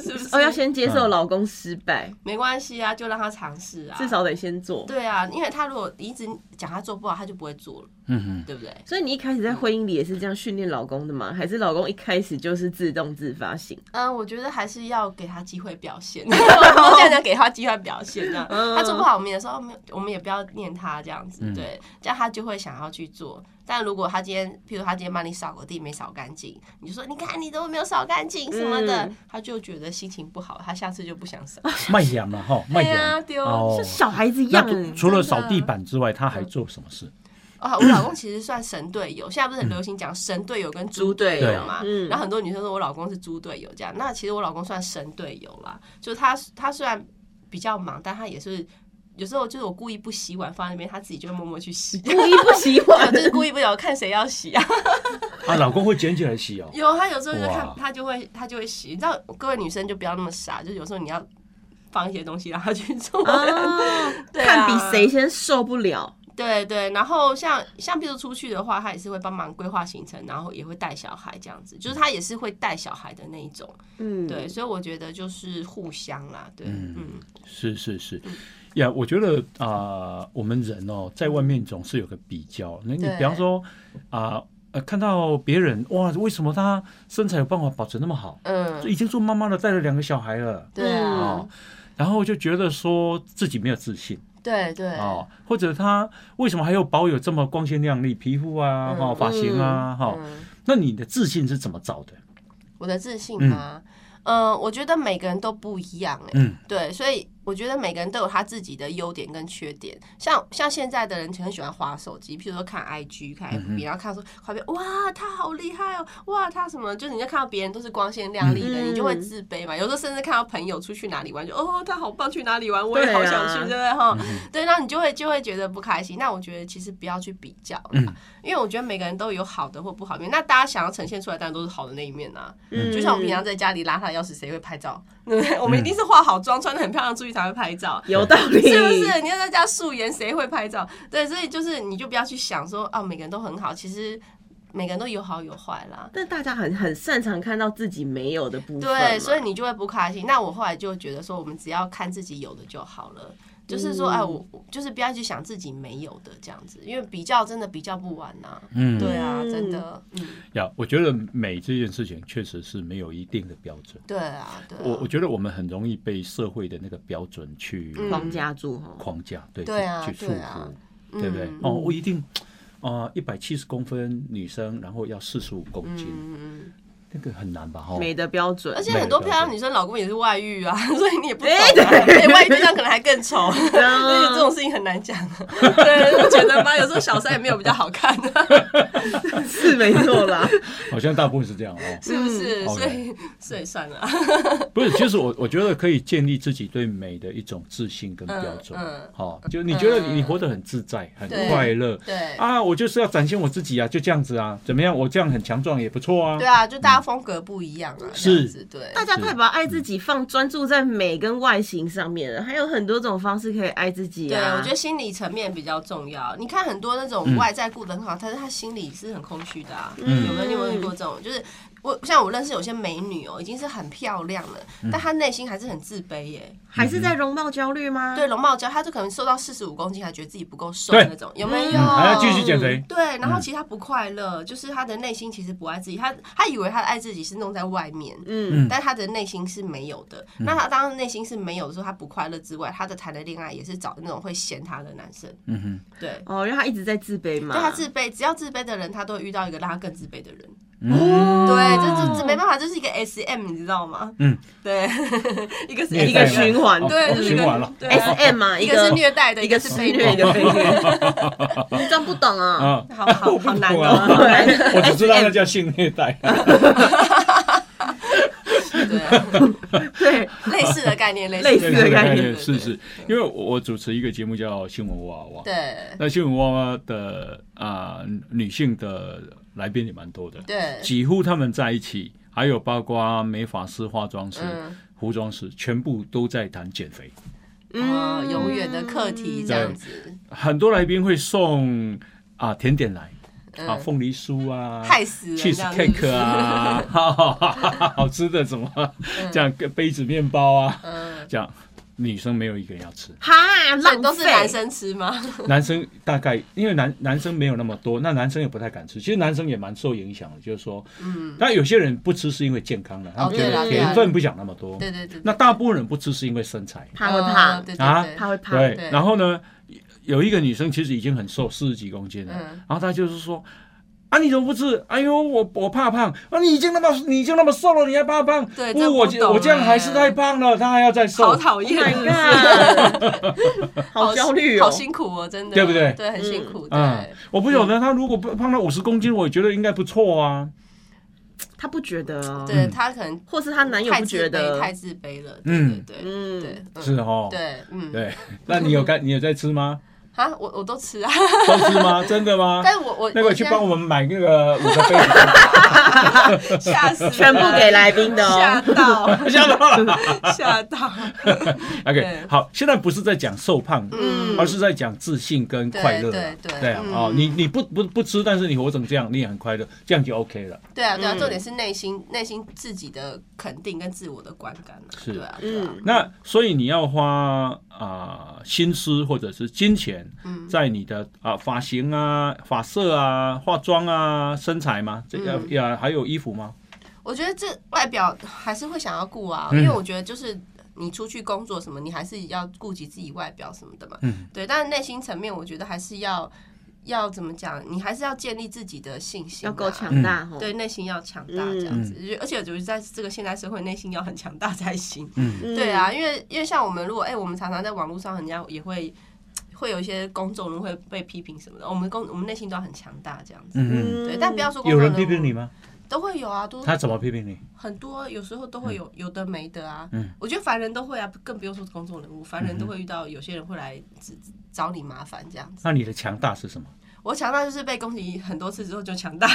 S2: 是不是？
S3: 哦，要先接受老公失败，
S2: 没关系啊，就让他尝试啊，
S3: 至少得先做。
S2: 对啊，因为他如果你一直讲他做不好，他就不会做了，
S1: 嗯哼，
S2: 对不对？
S3: 所以你一开始在婚姻里也是这样训练老公的吗？还是老公一开始就是自动自发性？
S2: 嗯，我觉得还是要给他机会表 现，我们现在给他机会表现，这样
S3: 嗯
S2: 他做不好，我们也说哦没有，我们也不要念他这样子，对，这样他就会想要去做。但如果他今天，譬如他今天帮你扫个地没扫干净，你就说你看你都没有扫干净什么的
S3: 嗯，
S2: 他就觉得心情不好，他下次就不想扫。
S1: 卖盐嘛，哈，卖
S2: 对啊
S1: 盐。
S2: 对哦
S1: 哦
S3: 像小孩子一
S1: 那
S3: 样欸，
S1: 除了扫地板之外，他还做什么事？
S2: 哦，我老公其实算神队友，现在不是很流行讲神队友跟猪队友嘛？
S3: 对嗯
S2: 然后很多女生说我老公是猪队友这样，那其实我老公算神队友啦，就是他他虽然比较忙，但他也是有时候就是我故意不洗碗放在那边，他自己就会默默去洗。
S3: 故意 不洗碗
S2: 我 就，是故意不洗，我看谁要洗 啊？
S1: 啊，老公会捡起来洗哦。
S2: 有啊他有时候就看
S1: 哇
S2: 他就会他就会洗，你知道各位女生就不要那么傻，就是有时候你要放一些东西让他去做。
S3: 哦，
S2: 对啊
S3: 看比谁先受不了。
S2: 对对，然后像像譬如出去的话，他也是会帮忙规划行程，然后也会带小孩这样子，就是他也是会带小孩的那一种。
S3: 嗯，
S2: 对，所以我觉得就是互相啦，对，嗯，
S1: 是是是，呀、我觉得啊、我们人哦，在外面总是有个比较。那你
S2: 对
S1: 比方说啊、呃，看到别人哇，为什么他身材有办法保持那么好？
S2: 嗯
S1: 已经做妈妈了，带了两个小孩了，
S2: 对啊，
S1: 哦，然后就觉得说自己没有自信
S2: 对对，
S1: 哦，或者他为什么还有保有这么光鲜亮丽皮肤啊，
S2: 嗯
S1: 哈、发型啊，哈、
S2: 嗯，
S1: 那你的自信是怎么找的？
S2: 我的自信吗？嗯，我觉得每个人都不一样哎、
S1: 嗯
S2: 对，所以我觉得每个人都有他自己的优点跟缺点。像像现在的人很喜欢划手机，譬如说看 IG、看 FB，、然后看说旁边哇他好厉害哦，哇他什么，就是你就看到别人都是光鲜亮丽的，
S3: 嗯
S2: 你就会自卑嘛。有时候甚至看到朋友出去哪里玩，就哦他好棒，去哪里玩我也
S3: 对啊
S2: 好想去，对不对哈？对，那你就会就会觉得不开心。那我觉得其实不要去比较啦，因为我觉得每个人都有好的或不好的面。那大家想要呈现出来，当然都是好的那一面啊。
S3: 嗯
S2: 就像我们平常在家里邋遢的要死，谁会拍照？对不对？我们一定是化好妆、穿的很漂亮出去才会拍照。
S3: 有道理，
S2: 是不是？你要在家素颜，谁会拍照？对，所以就是你就不要去想说啊，每个人都很好，其实每个人都有好有坏啦。
S3: 但大家很很擅长看到自己没有的部分嘛，
S2: 对，所以你就会不开心。那我后来就觉得说，我们只要看自己有的就好了，就是说，
S3: 嗯
S2: 哎，我我就是不要去想自己没有的这样子，因为比较真的比较不完呐、
S1: 嗯，
S2: 对啊，
S3: 嗯
S2: 真的，嗯，
S1: 呀，我觉得美这件事情确实是没有一定的标准。
S2: 对啊，对啊
S1: 我我觉得我们很容易被社会的那个标准去
S2: 嗯
S3: 框架住哈。
S1: 框架，对
S2: 对啊
S1: 去去束
S2: 对啊
S1: 缚，对不对
S2: 嗯？
S1: 哦，我一定，啊，一百七十公分女生，然后要四十五公斤，
S2: 嗯。
S1: 那个很难吧？哈，
S3: 美的标准，
S2: 而且
S1: 美
S2: 很多
S1: 对
S2: 漂亮
S1: 对
S2: 女生老公也是外遇啊， 所以你也不懂、啊，而且外遇对嗯象可能还更丑，所
S3: 啊
S2: 以这种事情很难讲、啊。 对，我觉得吧，有时候小三也没有比较好看啊的、
S3: 是没错啦。
S1: 好像大部分是这样哦。
S2: 是不是？
S1: 好
S2: 所以所以算了啊、
S1: 不是，其实我我觉得可以建立自己对美的一种自信跟标准
S2: 嗯嗯。
S1: 好，就你觉得你你活得很自在，很
S2: 对
S1: 快乐。
S2: 对
S1: 啊，我就是要展现我自己啊，就这样子啊，怎么样？我这样很强壮也不错啊。
S2: 对啊，就大家风格不一样啊，这样子
S1: 是
S2: 对。
S3: 大家太把爱自己放专注在美跟外形上面了，还有很多种方式可以爱自己
S2: 对，
S3: 啊。
S2: 我觉得心理层面比较重要。你嗯看很多那种外在顾得很好，但是他心里是很空虚的啊。有没有？你有没有遇过这种？就是我像我认识有些美女哦、已经是很漂亮了，但她内心还是很自卑耶。
S3: 还是在容貌焦虑吗？
S2: 对，容貌焦，她就可能瘦到四十五公斤，还觉得自己不够瘦
S1: 对
S2: 那种，有没有？
S3: 嗯
S1: 还要继续减嗯肥。
S2: 对，然后其实她不快乐，就是她的内心其实不爱自己，她她以为她的爱自己是弄在外面，
S3: 嗯，
S2: 但她的内心是没有的。
S1: 嗯
S2: 那她当然内心是没有的时候，她不快乐之外，她的谈的恋爱也是找那种会嫌她的男生。
S1: 嗯哼，
S2: 对，
S3: 哦，因为他一直在自卑嘛，
S2: 对她自卑，只要自卑的人，她都会遇到一个让她更自卑的人。
S1: 嗯，
S2: 对，这这没办法，这是一个 S M，你知道吗？
S1: 嗯，
S2: 对， 一个是
S1: 虐待
S3: 一个
S1: 嘛
S3: 循环
S1: 哦
S2: 对
S1: 哦
S2: 就是
S1: 循
S2: 跟
S1: 环了。
S2: 对啊
S3: S M 嘛，
S2: 一
S3: 一
S2: 个是虐待的，
S3: 一个
S2: 是
S3: 是
S2: 被
S3: 被虐，一个被虐，你真不懂啊。
S1: 啊，
S2: 好 好好难
S1: 我
S2: 哦。 哎
S1: 我只知道那叫性虐待。
S2: 对啊，
S3: 对，
S2: 类似的概念，
S3: 类
S2: 似
S3: 似的概念
S1: 是是，因为我我主持一个节目叫《新闻娃娃》，
S2: 对
S1: 那新闻娃娃的啊、女性的来宾也蛮多的，
S2: 对，
S1: 几乎他们在一起，还有包括美发师、化妆师、
S2: 嗯，
S1: 服装师，全部都在谈减肥。
S2: 哦，永远的课题这样子，
S1: 很多来宾会送啊甜点来啊，
S2: 嗯，
S1: 凤梨酥啊。
S2: 害死人这
S1: cheese
S2: 样子
S1: cake，啊， 哈哈哈哈好吃的什么，这样跟杯子面包啊，
S2: 嗯，
S1: 这样女生没有一个人要 吃，
S3: 哈，
S2: 所以
S3: 浪
S2: 都是男
S3: 费。
S2: 生吃 吗？
S1: 男生大概因为男男生没有那么多，那男生也不太敢吃。其实男生也蛮受影响的，就是说，嗯，那有些人不吃是因为健康的，他们觉
S2: 哦对啦
S1: 得
S2: 对啦
S1: 甜分不想那么多。
S2: 对对对，
S1: 那大部分人不吃是因为身材，
S3: 怕会
S2: 嗯
S3: 胖，
S2: 对
S1: 啊
S2: 对
S3: 怕
S2: 对，
S3: 会胖。
S1: 对。
S2: 对
S1: 然后呢，有一个女生其实已经很瘦，四十几公斤了，
S2: 嗯
S1: 然后她就是说。啊，你怎么不吃？哎呦，我我怕胖啊！你已经那么你已经那么瘦了，你还怕胖？
S2: 对
S1: 不
S2: 这
S1: 我
S2: 不懂
S1: 我这样还是太胖了，她还要再
S2: 好
S1: 瘦。
S2: 讨厌
S3: My
S2: 是不是
S3: God，好焦虑哦
S2: 好。辛苦哦，真的，
S1: 对不对
S2: 对，很辛苦，
S1: 嗯
S2: 对，，
S1: 我不晓得她如果胖到五十公斤，我也觉得应该不错啊。
S3: 他不觉得啊，
S2: 对他可能
S3: 或是她男友
S2: 太
S3: 不觉
S2: 自卑，
S3: 得，
S2: 太自卑了，对
S1: 嗯
S2: 对对
S3: 嗯，
S2: 对，嗯
S1: 是哦，
S2: 对，嗯，
S1: 对，那你有干？你有在吃吗？
S2: 啊，我我都吃啊，
S1: 都吃吗？ 真的吗？
S2: 但是我我
S1: 那个去帮我们买那个五个杯 子，
S2: 我现在吓死人，
S3: 全部给来宾的
S2: 吓
S3: 哦。
S2: 到
S1: 吓到了。
S2: 吓到，对
S1: OK，好，现在不是在讲瘦胖，
S2: 嗯
S1: 而是在讲自信跟快乐。
S2: 对对对
S1: 啊，
S2: 嗯
S1: 哦，你你不不不吃，但是你活成这样，你也很快乐，这样就 OK 了。
S2: 对啊对啊，
S3: 嗯
S2: 重点是内心内心自己的肯定跟自我的观感啊，
S1: 是
S2: 对啊对啊，
S1: 那所以你要花啊、心思或者是金钱，
S2: 嗯
S1: 在你的啊、发型啊、发色啊、化妆啊、身材吗？这个
S2: 嗯
S1: 呀、还有衣服吗？
S2: 我觉得这外表还是会想要顾啊，
S1: 嗯
S2: 因为我觉得就是你出去工作什么，你还是要顾及自己外表什么的嘛。
S1: 嗯，
S2: 对，但是内心层面，我觉得还是要要怎么讲，你还是要建立自己的信心、啊
S3: 要够。强大哦。
S2: 对，内心要强大这样子，而且我觉得在这个现代社会，内心要很强大才行。
S3: 嗯
S2: 对，啊，因为因为像我们，如果哎、我们常常在网络上，人家也会会有一些公众人物会被批评什么的，我们公我们内心都要很强大这样子。
S1: 嗯
S2: 对，但不要说
S1: 嗯，
S2: 公
S1: 有
S2: 众
S1: 人批评
S2: 人物
S1: 你吗？
S2: 都会有啊，都
S1: 他怎么批评你？
S2: 很多有时候都会有、有的没的啊，
S1: 嗯
S2: 我觉得凡人都会啊，更不用说公众人物，凡人都会遇到有些人会来指找你麻烦这样子。
S1: 那你的强大是什么？
S2: 我强大就是被攻击很多次之后就强大，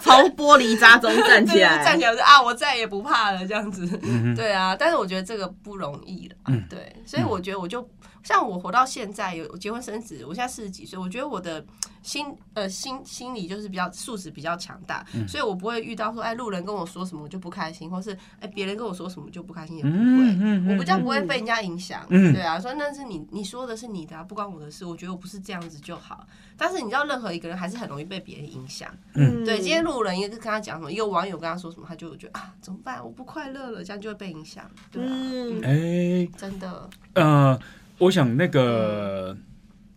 S3: 从玻璃渣中站
S2: 对，就
S3: 起
S2: 是
S3: 来，
S2: 站起来我就啊，我再也不怕了这样子。
S1: 嗯
S2: 对啊，但是我觉得这个不容易了，对，所以我觉得我就像我活到现在有结婚生子，我现在四十几岁，我觉得我的心呃心心理就是比较素质比较强大，
S1: 嗯
S2: 所以我不会遇到说哎路人跟我说什么我就不开心，或是哎别人跟我说什么我就不开心也不会。
S1: 嗯
S2: 我比较不会被人家影响，
S1: 嗯
S2: 对啊，所以那是你你说的是你的、啊，不关我的事。我觉得我不是这样子就好。但是你知道，任何一个人还是很容易被别人影响。
S3: 嗯
S2: 对，今天路人一个跟他讲什么，一个网友跟他说什么，他就会觉得啊，怎么办？我不快乐了，这样就会被影响。对啊，
S3: 嗯
S1: 哎、
S2: 真的，
S1: 呃，我想那个、
S2: 嗯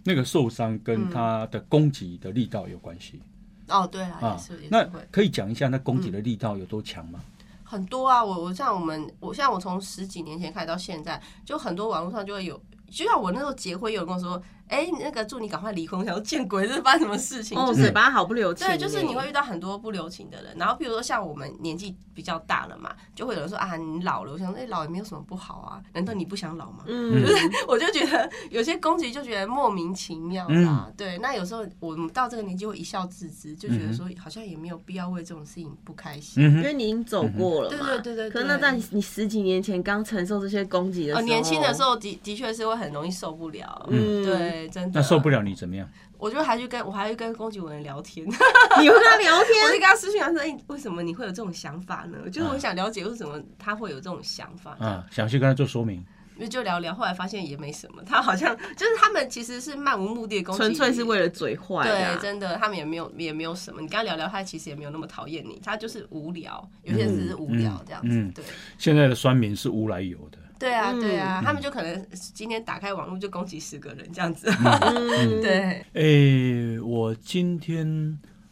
S1: 那个受伤跟他的攻击的力道有关系、
S2: 哦，对啦，也
S1: 啊
S2: 是也。
S1: 那
S2: 是会
S1: 可以讲一下那攻击的力道有多强吗？
S2: 很多啊。我我像我们，我像我从十几年前开始到现在，就很多网络上就会有。就像我那时候结婚，有人跟我说：“哎、那个祝你赶快离婚。”我想说见鬼，这是发生什么事情？
S3: 哦，
S2: 就是
S3: 嘴巴好不留情
S2: 对，
S3: 耶。
S2: 就是你会遇到很多不留情的人，然后比如说像我们年纪比较大了嘛，就会有人说啊你老了，我想说哎、老也没有什么不好啊，难道你不想老吗？
S3: 嗯，
S2: 我就觉得有些攻击就觉得莫名其妙啦，
S1: 嗯
S2: 对。那有时候我们到这个年纪会一笑置之，就觉得说好像也没有必要为这种事情不开心。哦
S1: 嗯
S3: 因
S1: 哼，
S3: 为你已经走过了
S2: 嗯
S3: 嘛。
S2: 对对对对对
S3: 可是那在你十几年前刚承受这些攻击的时
S2: 呃，
S3: 候，
S2: 年轻的时，候的的确是会很容易受不了，
S3: 嗯，
S2: 对对，真的。
S1: 那受不了你怎么样？
S2: 我就还去跟我还去跟宫崎文聊天，
S3: 你会跟他 聊
S2: 我就
S3: 天，
S2: 跟他私讯他说：“哎、为什么你会有这种想法呢？”就是
S1: 嗯
S2: 我想了解为什么他会有这种想法，
S1: 啊，想去跟他做说明，
S2: 因为就聊聊，后来发现也没什么。他好像就是他们其实是漫无目的的攻击，
S3: 纯粹是为了嘴坏
S2: 对，
S3: 的啊。
S2: 真的，他们也没有也没有什么。你跟他聊聊，他其实也没有那么讨厌你，他就是无聊，有些人只是无聊这样子。
S1: 嗯嗯
S2: 对，
S1: 现在的酸民是无来由的。
S2: 对啊，
S3: 嗯
S2: 对啊，他们就可能今天打开网络就攻击十个人这样子。
S3: 嗯，
S2: 对，
S1: 诶、我今天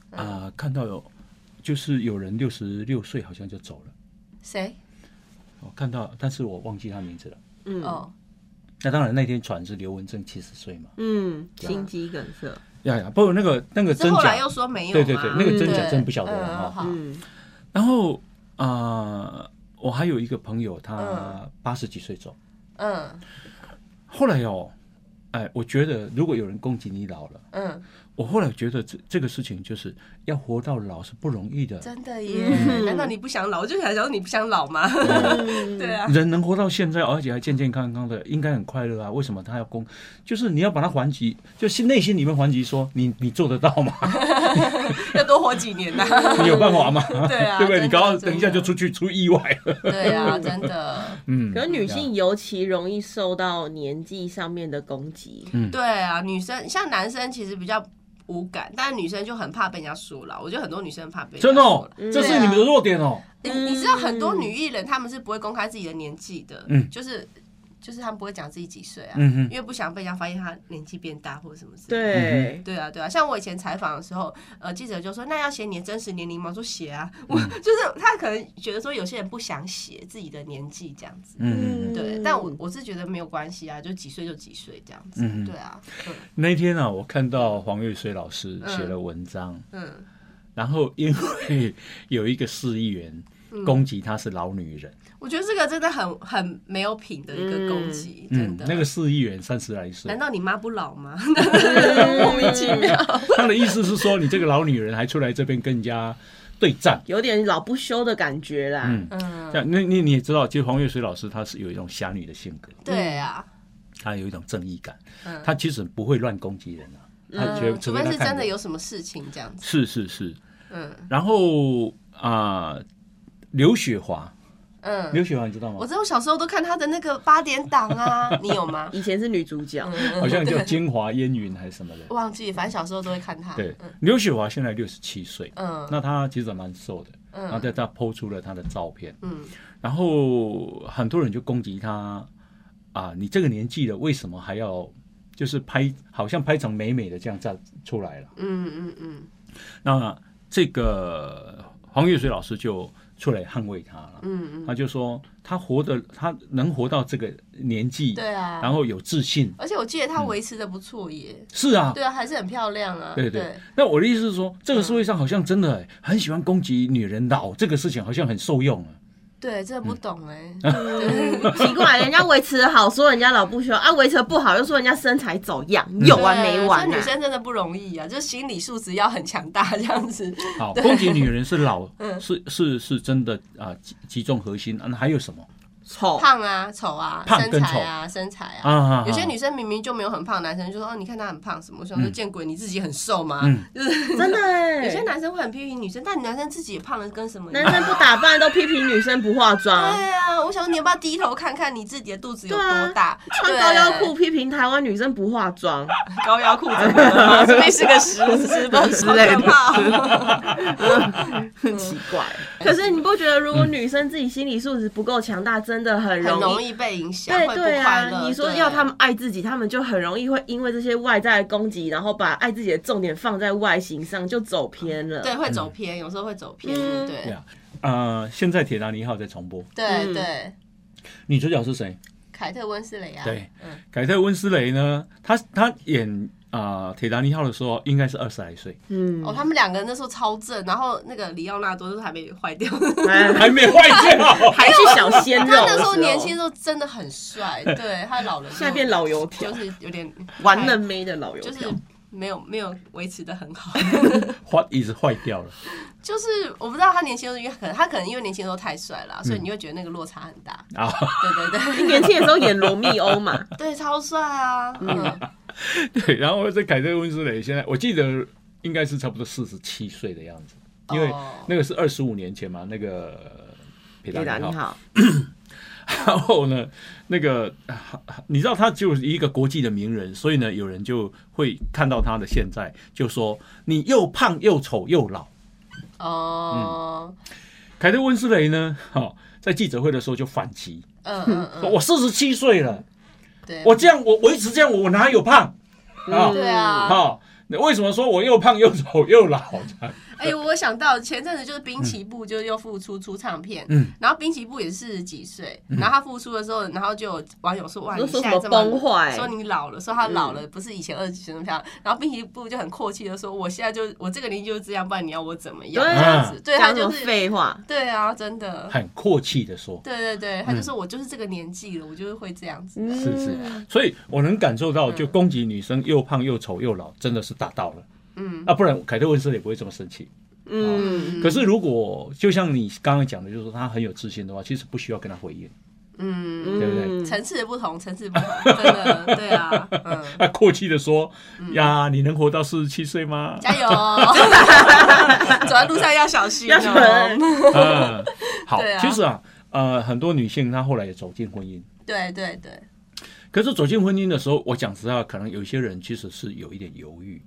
S1: 啊、
S2: 嗯
S1: 看到有，就是有人六十六岁好像就走了，
S2: 谁？
S1: 我看到，但是我忘记他名字了。
S3: 嗯
S2: 哦，
S1: 那当然，那天传是刘文正七十岁嘛，
S3: 嗯，
S2: 啊
S3: 心肌梗塞，
S2: 哦
S1: 呀呀，不，那个那个
S2: 是
S1: 真
S2: 后来
S1: 假
S2: 又，说没有
S1: 对
S2: 嘛。
S1: 对对，那个真假
S2: 对
S1: 真不晓得了哈、
S2: 嗯好
S3: 嗯
S1: 然后啊、我还有一个朋友，他
S2: 嗯
S1: 八十几岁走，
S2: 嗯
S1: 后来哦，哎，我觉得如果有人攻击你老了，
S2: 嗯，
S1: 我后来觉得这这个事情就是要活到老是不容易的，
S2: 真的耶？
S3: 嗯
S2: 难道你不想老？我就想说你不想老吗？
S3: 嗯
S2: 对啊，
S1: 人能活到现在，而且还健健康康的，应该很快乐啊。为什么他要攻？就是你要把他还击，就是内心里面还击，说你你做得到吗？
S2: 要多活几年呐。啊
S1: 你有办法吗？
S2: 对啊，
S1: 对不对？你
S2: 真的
S1: 刚刚等一下就。
S2: 真的
S1: 出去出意外了。
S3: 嗯
S2: 对啊，真的。
S1: 嗯，
S3: 可是女性尤其容易受到年纪上面的攻击，
S2: 对啊，女生像男生其实比较无感，但女生就很怕被人家说了。我觉得很多女生怕被人家
S1: 真的
S2: 说
S1: 哦
S2: 啦，
S1: 这是你们的弱点哦。
S2: 你你知道很多女艺人她们是不会公开自己的年纪的，
S1: 嗯
S2: 就是就是她们不会讲自己几岁啊，
S1: 嗯哼
S2: 因为不想被人家发现她年纪变大或者什么之类的。
S3: 对，
S2: 对啊，对啊，像我以前采访的时候，呃，记者就说：“那要写你的真实年龄吗？”我说：“写啊。”
S1: 嗯
S2: 我就是他可能觉得说有些人不想写自己的年纪这样子，
S1: 嗯嗯嗯
S2: 对，
S3: 嗯
S2: 但我我是觉得没有关系啊，就几岁就几岁这样子，
S1: 嗯
S2: 对啊，嗯
S1: 那天啊，我看到黄月水老师写了文章，
S2: 嗯，
S1: 然后因为有一个市议员
S2: 嗯
S1: 攻击她是老女人，
S2: 我觉得这个真的很很没有品的一个攻击，真的。
S1: 嗯那个市议员三十来岁
S2: 难，道你妈不老吗？嗯
S3: 莫名其妙，
S1: 他的意思是说你这个老女人还出来这边跟人家对战。
S3: 有点老不休的感觉啦。
S1: 嗯
S2: 嗯，
S1: 那那你也知道，其实黄月水老师她是有一种侠女的性格，
S2: 对啊，
S1: 她有一种正义感，
S2: 嗯
S1: 她其实不会乱攻击人啊，她觉得
S2: 嗯，除非
S1: 她
S2: 是
S1: 看
S2: 真的
S1: 人
S2: 有什么事情这样子，
S1: 是是是，
S2: 嗯
S1: 然后啊、刘雪华，
S2: 嗯，
S1: 刘雪华你知道
S2: 我
S1: 吗？
S2: 知道我小时候都看他的那个八点档啊， 你有吗？
S3: 以前是女主角，
S2: 嗯
S1: 好像 叫金华烟云还是什么的。
S2: 忘记，反正小时候都会看他。
S1: 对，刘雪华现在六十七岁，
S2: 嗯
S1: 那她其实蛮瘦的，
S2: 嗯
S1: 然后在她剖出了她的照片，
S2: 嗯
S1: 然后很多人就攻击她啊，你这个年纪了，为什么还要就是拍，好像拍成美美的这样站出来了？
S2: 嗯嗯嗯
S1: 那这个黄月水老师就出来捍卫她了，
S2: 嗯嗯，
S1: 他就说她活的，她能活到这个年纪，
S2: 对啊。
S1: 然后有自信，
S2: 而且我记得他维持的不错耶。
S1: 是啊，
S2: 对啊，还是很漂亮啊。
S1: 对对
S2: 对，嗯
S1: 那我的意思是说，这个社会上好像真的、很喜欢攻击女人老这个事情，好像很受用啊。
S2: 对，真的不懂哎。
S1: 嗯
S3: 奇怪，人家维持的好，说人家老不休啊，维持的不好又说人家身材走样，有完
S2: 对
S3: 没完
S2: 所以女
S3: 啊？
S2: 生真的不容易啊，就是心理素质要很强大这样子。
S1: 好，攻击女人是 老，
S2: 嗯
S1: 是是是真的啊，击击中核心。啊那还有什么
S3: 丑，
S2: 胖啊、丑啊、
S1: 胖
S2: 身
S1: 跟
S2: 材啊、身材啊。
S1: 啊？
S2: 有些女生明明就没有很胖，男生就说：“哦，你看她很胖什么？”我想说：“见鬼，你自己很瘦吗？”
S1: 嗯
S2: 就是
S3: 真的哎
S2: 有些男生会很批评女生，但男生自己也胖的跟什么一样。
S3: 男生不打扮都批评女生不化妆，
S2: 对啊，我想说你要不要低头看看你自己的肚子有多大？
S3: 穿高腰裤批评台湾女生不化妆，
S2: 对，高腰裤怎么了？这边是个十十包之
S3: 类的
S2: 很
S3: 奇怪。可是你不觉得，如果女生自己心理素质不够强大，真的很
S2: 很
S3: 容
S2: 容
S3: 易？
S2: 易被影响，
S3: 对
S2: 会不
S3: 对
S2: 快
S3: 啊，
S2: 乐。
S3: 你说
S2: 对
S3: 要他们爱自己，他们就很容易会因为这些外在的攻击，然后把爱自己的重点放在外形上，就走偏了。
S2: 对会走偏，有时候会走偏，
S3: 嗯
S1: 对
S2: 对
S1: 啊，呃，现在《铁达尼号》在重播，
S2: 对
S3: 嗯
S2: 对。
S1: 女主角是谁？
S2: 凯特温斯雷啊，
S1: 对
S2: 嗯，
S1: 凯特温斯雷呢？她她演啊《铁达尼号》的时候应该是二十来 岁，
S3: 嗯，
S2: 哦，他们两个那时候超正，然后那个里奥纳多都还没坏掉，
S3: 哎
S1: 还没坏掉。
S3: 还是小鲜肉
S2: 他哦
S3: 的
S2: 那时
S3: 时候，
S2: 候年轻的时候真的很 帅，对他老了之后
S3: 现在变老油 条
S2: 就，是有点
S3: 玩嫩妹的老油
S2: 就是
S3: 条。
S2: 没有没有维持的很好，
S1: 坏一直坏掉了。
S2: 就是我不知道他年轻的时候，因为可能他可能因为年轻的时候太帅了啊，所以你会觉得那个落差很大。
S1: 啊
S2: 对对对，
S3: 年轻的时候演罗密欧嘛，
S2: 对，超帅啊！嗯，
S1: 对，然后这凯特温斯雷现在我记得应该是差不多四十七岁的样子，因为
S2: 哦
S1: 那个是二十五年前嘛，那个皮
S2: 啊
S3: 雷达
S1: 你
S3: 你
S1: 好。
S3: 好，
S1: 然后呢，那个啊你知道他就是一个国际的名人，所以呢，有人就会看到他的现在，就说你又胖又丑又老。
S2: 哦，
S1: 凯特温斯雷呢，哈、在记者会的时候就反击，
S2: 嗯嗯
S1: 说
S2: 嗯，
S1: 我四十七岁了，
S2: 对，
S1: 我这样我我一直这样，我哪有胖
S3: 嗯
S1: 啊？
S2: 对啊，
S1: 哈、你为什么说我又胖又丑又老？
S2: 哎、我想到前阵子就是滨崎步，就是又复出出唱片，
S1: 嗯
S2: 然后滨崎步也是四十几岁，然后他复出的时候，然后就有网友说哇，
S3: 都
S2: 你
S3: 说
S2: 现
S3: 什
S2: 在这
S3: 么
S2: 么
S3: 崩坏，
S2: 说你老了，说他老了，不是以前二十几岁那么漂亮。然后滨崎步就很阔气的说，我现在就我这个年纪就是这样，不然你要我怎么
S1: 啊
S2: 样？
S3: 对
S2: 这样子，对他
S3: 讲什
S2: 就
S3: 么
S2: 是
S3: 废话？
S2: 对啊，真的，
S1: 很阔气的说，
S2: 对对对，
S1: 嗯
S2: 他就说我就是这个年纪了，我就是会这样子。
S1: 是是，所以我能感受到，就攻击女生又胖又丑又老，真的是达到了。
S2: 嗯
S1: 啊，不然凯特温斯雷不会这么生气。
S3: 嗯，
S1: 可是如果就像你刚刚讲的，就是说他很有自信的话，其实不需要跟他回应，
S2: 嗯，
S3: 嗯
S1: 对不对？
S2: 层次不同，层次不同，真的，对啊，嗯，
S1: 他阔气的说：“呀，你能活到四十七岁 吗
S2: 加油！走在路上要小心
S3: 要小心
S2: 哦。？”
S1: 嗯，好
S2: 对，啊
S1: 其实啊，呃，很多女性她后来也走进婚姻，
S2: 对对对，
S1: 可是走进婚姻的时候，我讲实话，可能有些人其实是有一点犹豫，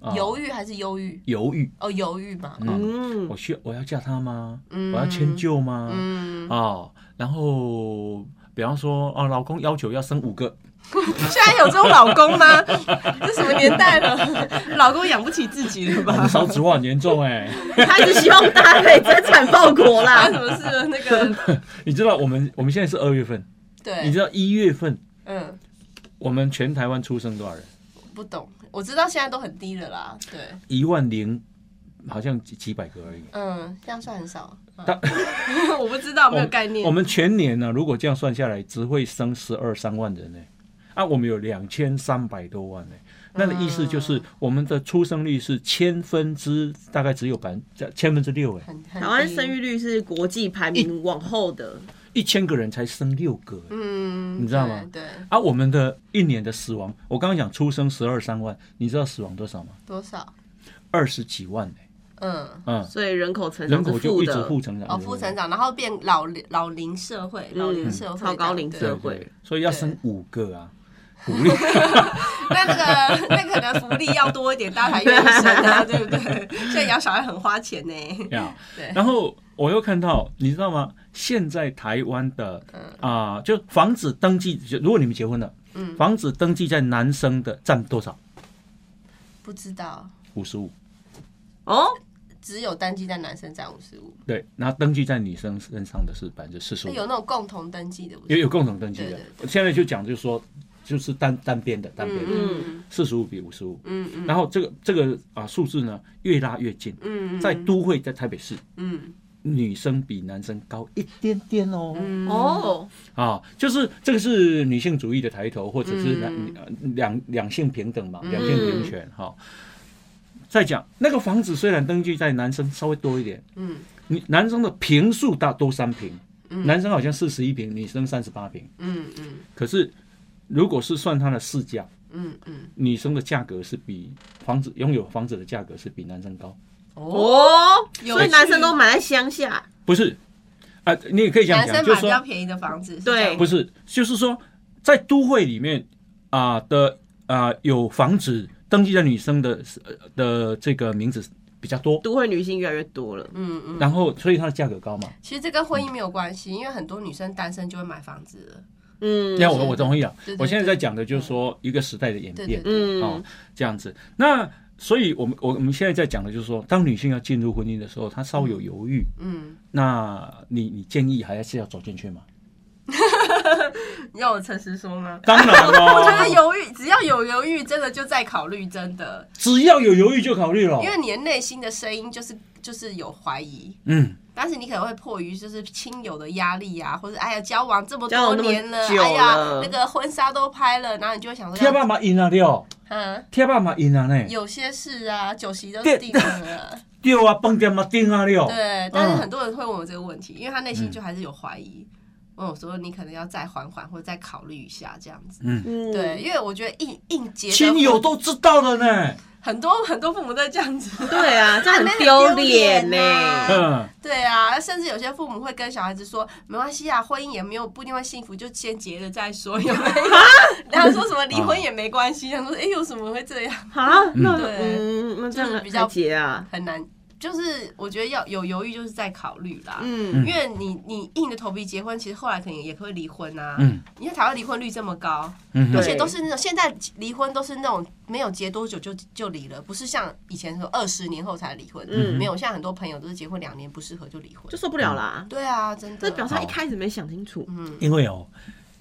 S1: 啊
S2: 犹豫还是忧郁？
S1: 犹豫，
S2: 哦，犹豫嘛。
S1: 嗯，
S3: 嗯，
S1: 我需要我要嫁他吗？
S2: 嗯
S1: 我要迁就吗？
S2: 嗯，
S1: 啊，然后比方说啊，老公要求要生五个，
S2: 现在有这种老公吗？
S1: 嗯
S2: 这什么年代了？老公养不起自己了吧？
S1: 少子化很严重哎、
S3: 他只希望大家可以增产报国
S2: 发
S3: 啦
S2: 生啊。什么事了？那个，
S1: 你知道我们我们现在是二月份，你
S2: 对
S1: 知，道一月份
S2: 嗯，
S1: 我们全台湾出生多少人？
S2: 不懂。我知道现在都很低了啦。对，
S1: 一万零，好像几几百个而已。
S2: 嗯，这样算很少。
S1: 但
S2: 嗯 我不知道，没有概念。
S1: 我们全年呢、如果这样算下来，只会生十二三万人呢、啊，我们有两千三百多万呢、那的意思就是，
S2: 啊
S1: 我们的出生率是千分之大概只有百分在千分之六哎，
S2: 很很
S3: 台湾
S2: 低
S3: 生育率是国际排名往后的，
S1: 一千个人才生六个、欸。
S2: 嗯，
S1: 你知道吗
S2: 对，对
S1: 啊，我们的一年的死亡，我刚刚讲出生十二三万，你知道死亡多少吗？
S2: 多少？
S1: 二十几万呢、
S2: 嗯，
S1: 嗯，
S3: 所以人口成
S1: 人
S3: 长是
S1: 口就
S3: 负
S1: 一直
S3: 的。
S1: 负成长，
S2: 哦，
S1: 对不
S2: 负
S1: 对
S2: 成长，然后变老龄老龄社会，老龄社会这样，
S3: 超高龄
S2: 对
S3: 社会
S1: 对对所以要
S2: 对
S1: 生五个啊，鼓 励。
S2: 那那个那可能福利要多一点，大家才愿意生 啊，对不对？现在养小孩很花钱呢。
S1: 呀
S2: 对
S1: 然后我又看到，你知道吗？现在台湾的啊、就房子登记，就如果你们结婚了，
S2: 嗯
S1: 房子登记在男生的占多少？
S2: 不知道，
S1: 五十五。
S3: 哦，
S2: 只有单机在男生占五十五，
S1: 对，然后登记在女生身上的是百分之四十
S2: 那
S1: 五，
S2: 有那种共同登记的，不
S1: 有
S2: 是？
S1: 有共同登记的
S2: 哎对对。
S1: 我现在就讲，就是说，就是单单边的单边的。
S2: 嗯
S1: 四十五比五十五，
S2: 嗯嗯
S1: 然后这个这个啊数字呢越拉越近，
S2: 嗯
S1: 在都会在台北市，
S2: 嗯
S1: 女生比男生高一点点哦，
S2: 嗯
S3: 哦，
S1: 啊，就是这个是女性主义的抬头，或者是男
S2: 嗯
S1: 呃两两性平等嘛，两性平权哈。再讲那个房子虽然登记在男生稍微多一点，
S2: 嗯
S1: 你男生的平数大都三平，
S2: 嗯
S1: 男生好像四十一平，女生三十八平，
S2: 嗯嗯
S1: 可是如果是算它的市价，
S2: 嗯嗯，
S1: 女生的价格是比房子拥有房子的价格是比男生高，
S2: 哦，
S3: 哦，
S2: 有
S3: 所以男生都买在乡下，
S1: 不是？啊、你也可以这样讲，
S2: 男生
S1: 就
S2: 买
S1: 是
S2: 比较
S1: 说
S2: 便宜的房子，是
S3: 对
S2: 这样
S1: 不
S2: 吗
S1: 是，就是说在都会里面啊、的啊、有房子登记在女生的呃的这个名字比较多，
S3: 都会女性越来越多了。
S2: 嗯嗯。
S1: 然后所以它的价格高嘛。
S2: 其实这跟婚姻没有关系，因为很多女生单身就会买房子了。
S3: 嗯
S1: 那我我同意啊
S2: 对，对
S1: 我现在在讲的就是说一个时代的演
S2: 对
S1: 变
S2: 对
S1: 啊、
S2: 对，
S3: 嗯，
S1: 这样子。那所以我们我我们现在在讲的就是说，当女性要进入婚姻的时候，她稍有犹豫，
S2: 嗯，
S1: 那你你建议还是要走进去吗？
S2: 你要我诚实说吗？
S1: 当然
S2: 我觉得
S1: 喽，
S2: 犹豫，只要有犹豫，真的就在考虑，真的，
S1: 只要有犹豫就考虑了
S2: 因。为你的内心的声音就是就是有怀疑，
S1: 嗯，
S2: 但是你可能会迫于就是亲友的压力啊，或者哎呀交往这么
S3: 交
S2: 多
S3: 往那么
S2: 年了，
S3: 久
S2: 哎呀
S3: 了
S2: 那个婚纱都拍了，然后你就会想说
S1: 贴
S2: 要，
S1: 爸妈赢了了，
S2: 嗯，
S1: 贴爸妈赢了呢。
S2: 有些事啊，酒席都
S1: 对
S2: 定了，
S1: 对啊，蹦点嘛定啊了。 嗯
S2: 对，但是很多人会问我这个问题，因为他内心就还是有怀疑，问我说你可能要再缓缓或者再考虑一下这样子。
S3: 嗯，
S2: 对，，因为我觉得应应节的
S1: 亲友都知道了呢。
S2: 很多很多父母都这样子。
S3: 对啊， 这很
S2: 那很
S3: 丢
S2: 丢
S3: 脸
S2: 脸
S3: 呢。
S2: 呐
S1: 嗯，
S2: 对啊，甚至有些父母会跟小孩子说，没关系啊，婚姻也没有不一定会幸福，就先结了再说，有 没有？然后说什么离婚也没关系，想说哎、诶有什么会这样？
S3: 啊，那
S2: 对
S3: 嗯，那这
S2: 就是
S3: 样
S2: 比
S3: 还
S2: 较
S3: 结啊，
S2: 很难，就是我觉得要有犹豫，就是在考虑啦。
S3: 嗯，
S2: 因为你你硬着头皮结婚，其实后来可能也会离婚啊。
S1: 嗯，
S2: 因为台湾离婚率这么高，
S1: 嗯
S2: 而
S1: 哼
S2: 且都是那种现在离婚都是那种没有结多久就就离了，不是像以前说二十年后才离婚。
S3: 嗯
S2: 没有，现在很多朋友都是结婚两年不适合就离婚
S3: 就。受不了啦。
S2: 对啊，真的
S3: 这。表示他一开始没想清楚，
S2: 嗯
S1: 因为哦，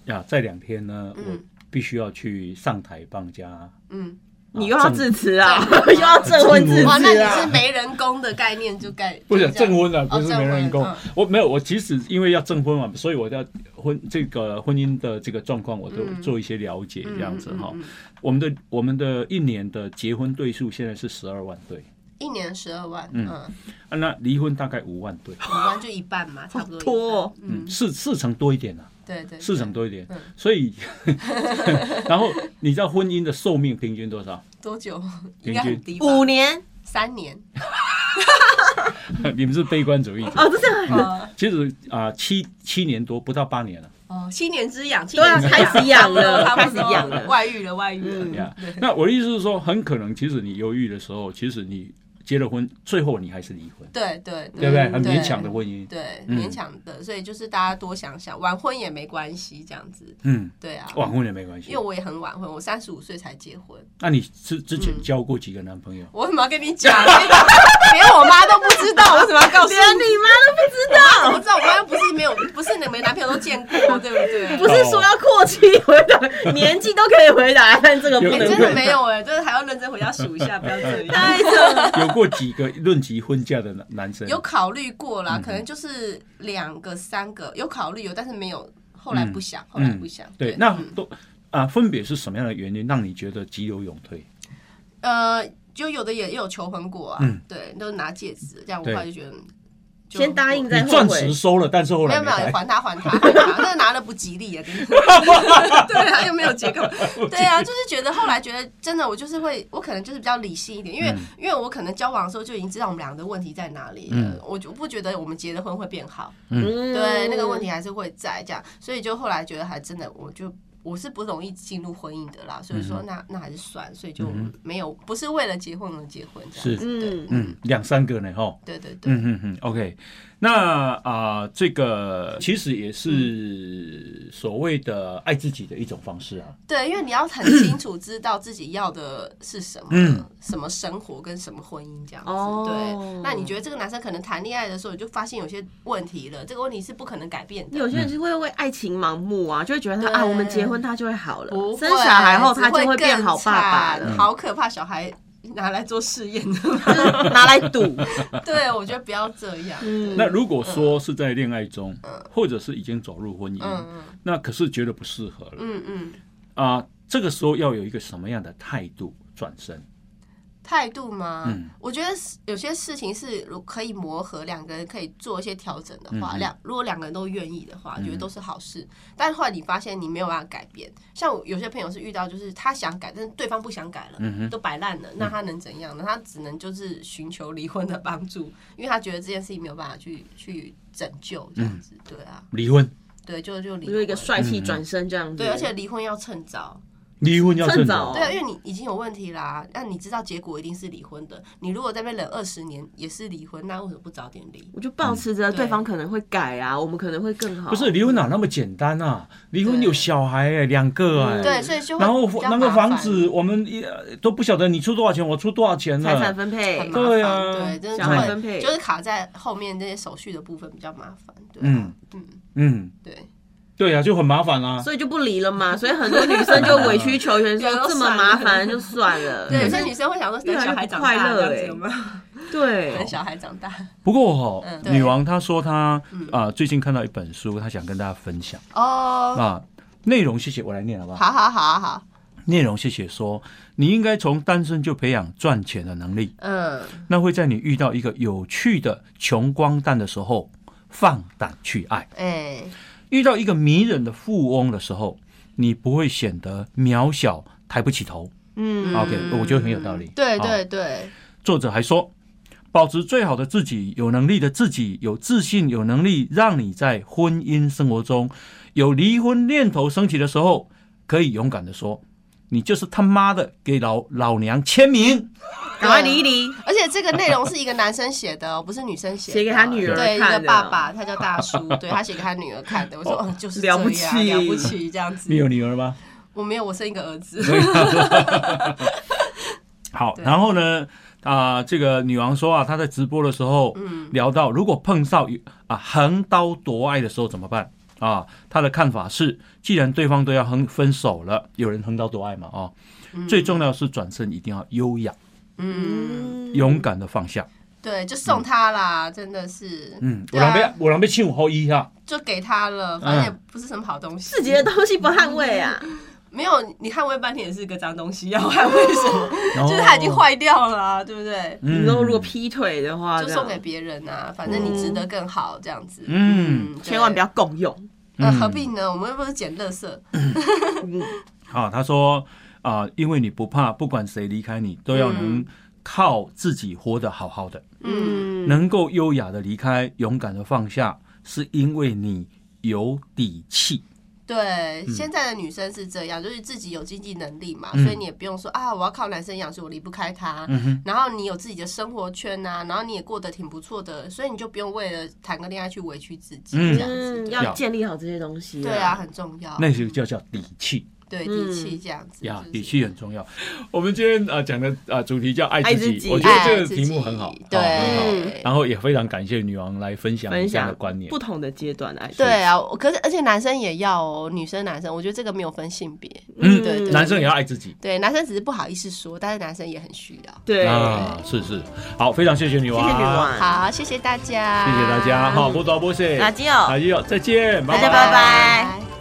S1: 呀，在两天呢，
S2: 嗯
S1: 我必须要去上台帮人家。
S2: 嗯，
S3: 你又要
S1: 证
S3: 致辞啊，
S2: 证
S3: 又要证婚致
S2: 哇，那
S3: 辞
S2: 你是
S3: 啊。
S2: 没人工的概念就概
S1: 不
S2: 就是这样
S1: 证婚了，不
S2: 哦
S1: 是
S2: 证
S1: 没人
S2: 婚
S1: 工。
S2: 嗯
S1: 我没有，我其实因为要证婚嘛，所以我要婚这个婚姻的这个状况，我都
S2: 嗯
S1: 做一些了解，这样子
S2: 嗯嗯
S1: 哈
S2: 嗯。嗯
S1: 我们的我们的一年的结婚对数现在是十二万对，
S2: 一年十二万，嗯，
S1: 啊，那离婚大概五万对，
S2: 五万就一半嘛，差不多一半。
S3: 多哦
S2: 嗯
S1: 嗯，，四四成多一点啊，
S2: 对对，
S1: 四成多一点
S2: 嗯。
S1: 所以， 然后你知道婚姻的寿命平均多少？
S2: 多久？
S1: 平均
S2: 应该很低吧？
S3: 五年
S2: 三年。
S1: 你们是悲观主义者。
S3: 哦，这是
S1: 嗯
S3: 很
S2: 呃
S1: 其实啊、七七年多，不到八年了。
S2: 哦，七年之痒，七
S3: 对啊
S2: 年之
S3: 开始痒 了
S2: 差不多
S3: 开始痒了
S2: 外遇了，外遇了。
S1: 呀、那我的意思是说，很可能其实你犹豫的时候，其实你结了婚，最后你还是离婚，
S2: 对对嗯
S1: 对不对？很勉强的
S2: 对
S1: 婚姻，
S2: 对，
S1: 嗯
S2: 勉强的，所以就是大家多想想，晚婚也没关系，这样子。
S1: 嗯，
S2: 对啊，
S1: 晚婚也没关
S2: 因
S1: 系
S2: 为。我也很晚婚，我三十五岁才结婚。
S1: 那你之之
S2: 嗯
S1: 前交过几个男朋友？
S2: 我怎么要跟你讲？ 连连我妈都不知道，我怎么要告诉你？
S3: 连你妈都不知道，
S2: 我知道我妈又不是没有，不是每男朋友都见过，对不对？
S3: 不是说要过期回答， 年纪都可以回答，但这个不
S1: 有
S2: 哎、
S3: 能
S2: 真的
S3: 回
S2: 没
S3: 答。
S2: 有哎、就是还要认真回家数 一下，不要这样。
S3: 太扯 了，
S1: 有过几个论及婚嫁的男男生？
S2: 有考虑过啦，可能就是两个、三个有考虑有，但是没有，后来不想，后来不想。
S1: 嗯对，那
S2: 嗯
S1: 都啊，分别是什么样的原因让你觉得急流勇退？
S2: 呃，就有的也也有求婚过啊，
S1: 嗯
S2: 对，都是拿戒指，这样我
S1: 对
S2: 后来就觉得就
S3: 先答应
S1: 你
S2: 我
S3: 再后
S1: 钻
S3: 悔
S1: 石。收了，但是后
S2: 没
S1: 来
S2: 有没有
S1: 还。
S2: 还他还 他，还他那拿了不吉利啊！跟你 对啊，又没有 结果。对啊，就是觉得后来觉得真的，我就是会，我可能就是比较理性一点，因为、
S1: 嗯
S2: 因为我可能交往的时候就已经知道我们两个的问题在哪里了，
S1: 嗯
S2: 我就不觉得我们结了婚会变好。
S3: 嗯
S2: 对，那个问题还是会在这样，所以就后来觉得还真的，我就我是不容易进入婚姻的啦，所以说那那还是算，所以就
S1: 嗯
S2: 没有不是为了结婚而结婚这样子，
S1: 是
S2: 对
S3: 嗯，
S1: 嗯，两三个呢，哈。
S2: 对对对，
S1: 嗯嗯嗯，OK，那啊、这个其实也是
S2: 嗯
S1: 所谓的爱自己的一种方式啊。
S2: 对，因为你要很清楚知道自己要的是什么，
S1: 嗯
S2: 什么生活跟什么婚姻这样子，
S3: 哦
S2: 对，那你觉得这个男生可能谈恋爱的时候你就发现有些问题了，这个问题是不可能改变的，
S3: 有些人是会为爱情盲目啊，就会觉得他
S2: 对
S3: 啊，我们结婚他就会好了
S2: 不，会
S3: 生小孩后
S2: 只
S3: 他就
S2: 会
S3: 变
S2: 更
S3: 好爸
S2: 惨
S3: 爸了，
S2: 好可怕，小孩拿来做试验的。
S3: 就是 拿来赌。
S2: 对，我觉得不要这样。
S3: 嗯
S1: 那如果说是在恋爱中，或者是已经走入婚姻，
S2: 嗯
S1: 那可是觉得不适合了
S2: 嗯嗯，
S1: 啊、这个时候要有一个什么样的态度转身？
S2: 态度吗？
S1: 嗯
S2: 我觉得是有些事情是如可以磨合，两个人可以做一些调整的话，两、如果两个人都愿意的话，我觉得都是好事。但是后来你发现你没有办法改变，像我有些朋友是遇到，就是他想改，但是对方不想改了，都摆烂了，那他能怎样呢？他只能就是寻求离婚的帮助，因为他觉得这件事情没有办法去去拯救这样子。对啊，
S1: 离婚，
S2: 对，就就离
S3: 就一个
S2: 婚。
S3: 帅气转身这样子。
S2: 对，而且离婚要趁早，
S1: 离婚要
S3: 趁
S1: 趁早。
S3: 早
S2: 对啊，因为你已经有问题啦，那你知道结果一定是离婚的。你如果在那边忍二十年也是离婚，那为什么不早点离？
S3: 我就保持着
S2: 嗯
S3: 对方可能会改啊，我们可能会更好。
S1: 不是离婚哪那么简单啊？离婚
S2: 对
S1: 有小孩哎、两个哎、
S3: 嗯
S2: 对，所以就会
S1: 然后
S2: 比较
S1: 那个
S2: 麻
S1: 房
S2: 烦
S1: 子我们一呃都不晓得你出多少钱，我出多少钱啊
S3: 财产
S1: 呢？
S3: 分配
S2: 很麻烦，
S1: 对啊
S2: 对，真
S3: 小
S2: 的
S1: 孩
S2: 会
S3: 分配
S2: 就是卡在后面这些手续的部分比较麻烦，对啊、
S1: 嗯
S2: 嗯，
S1: 嗯，
S2: 对，
S1: 对啊，就很麻烦啊。
S3: 所以就不离了嘛。 所以很多女生就委曲求全， 说
S2: 对都
S3: 这么
S2: 算了
S3: 麻烦就算 了。
S2: 对，有些女生会想说
S3: 嗯越来
S2: 等
S3: 越
S2: 小孩长大
S3: 不快乐
S2: 这样子
S3: 欸
S2: 有没有
S3: 对
S2: 等，小孩长大
S1: 不过哈、
S2: 嗯对
S1: 女王她说她啊、最近看到一本书，她想跟大家分享
S2: 哦，
S1: 啊。内容谢谢我来念好不好？
S2: 好好好好，
S1: 内容谢谢说，你应该从单身就培养赚钱的能力，
S2: 嗯，
S1: 那会在你遇到一个有趣的穷光蛋的时候，放胆去爱。
S2: 哎，
S1: 遇到一个迷人的富翁的时候，你不会显得渺小、抬不起头。
S3: 嗯
S1: OK，我觉得很有道理。
S2: 对
S1: 好
S2: 对对，
S1: 作者还说，保持最好的自己，有能力的自己，有自信，有能力，让你在婚姻生活中有离婚念头升起的时候，可以勇敢的说，你就是他妈的给老老娘签
S2: 嗯
S1: 名。
S3: 赶快离一离，
S2: 而且这个内容是一个男生写的哦，不是女生写的哦，
S3: 写给他女儿
S2: 对，一
S3: 看
S2: 个
S3: 的哦
S2: 爸爸，他叫大 叔，对他写给他女儿看的。我说，嗯，就是这
S3: 了
S2: 样，
S3: 不起
S2: 了不起，这样子
S1: 你。有女儿吗？
S2: 我没有，我生一个儿子。
S1: 好，
S2: 对
S1: 然后呢，啊、这个女王说啊，她在直播的时候，
S2: 嗯
S1: 聊到如果碰到有啊横刀夺爱的时候怎么办啊？她的看法是，既然对方都要横分手了，有人横刀夺爱嘛啊、哦最重要是转身一定要优雅、
S2: 嗯，
S1: 勇敢的放下。
S2: 对，就送他啦，真的是，
S1: 嗯，我
S2: 对
S1: 让
S2: 啊
S1: 被我让被七五后一 哈，
S2: 就给他了，反正也不是什么好东西。
S3: 自己的东西不捍卫啊，
S2: 没有，你捍卫半天也是个脏东西，要 捍卫什么？
S1: 然后
S2: 就是他已经，坏掉了啊、对不对？
S1: 嗯
S3: 你说如果劈腿的话，
S2: 就
S3: 这
S2: 送
S3: 样
S2: 给别人啊，反正你值得更好这样子。
S1: 嗯
S2: 对
S3: 千万不要共用，
S2: 呃，
S1: 嗯
S2: 何必呢？我们又不是捡垃圾。
S1: 啊，他说啊、因为你不怕，不管谁离开你，都要能靠自己活得好好的。
S2: 嗯，
S1: 能够优雅的离开，勇敢的放下，是因为你有底气。
S2: 对，现在的女生是这样，就是自己有经济能力嘛，
S1: 嗯
S2: 所以你也不用说啊，我要靠男生养，所以我离不开他。然后你有自己的生活圈呐、然后你也过得挺不错的，所以你就不用为了谈个恋爱去委屈自己
S1: 嗯
S2: 这样子。
S3: 嗯，
S2: 对
S3: 要建立好这些东西。
S2: 对啊，，很重要。
S1: 那就叫叫底气
S2: 对
S3: 嗯
S2: 底气这样子
S1: 呀
S2: 就，是
S1: 底气很重要。我们今天啊讲的啊主题叫爱自
S3: 爱自己
S1: 己，我觉得这
S2: 爱
S1: 个
S2: 自
S1: 题目
S2: 己
S1: 很好，
S2: 对
S1: 啊很好。
S3: 嗯
S1: 然后也非常感谢女王来分享
S3: 分
S1: 这样
S3: 享
S1: 的观念
S3: 不。同的阶段来，
S2: 对啊，我可是而且男生也要哦，女生男生，我觉得这个没有分性别，
S1: 嗯
S2: 对对
S1: 男生也要爱自己
S2: 对，男生只是不好意思说，但是男生也很需要。
S3: 对，
S1: 啊，是是。好，非常谢谢女
S3: 谢
S1: 王，
S3: 谢女，王，，
S2: 好，谢嗯谢大家，
S1: 哎谢谢大家。好，波多波谢，
S3: 垃圾哦
S1: 还有再见，拜
S3: 大家
S1: 拜。
S3: 拜拜。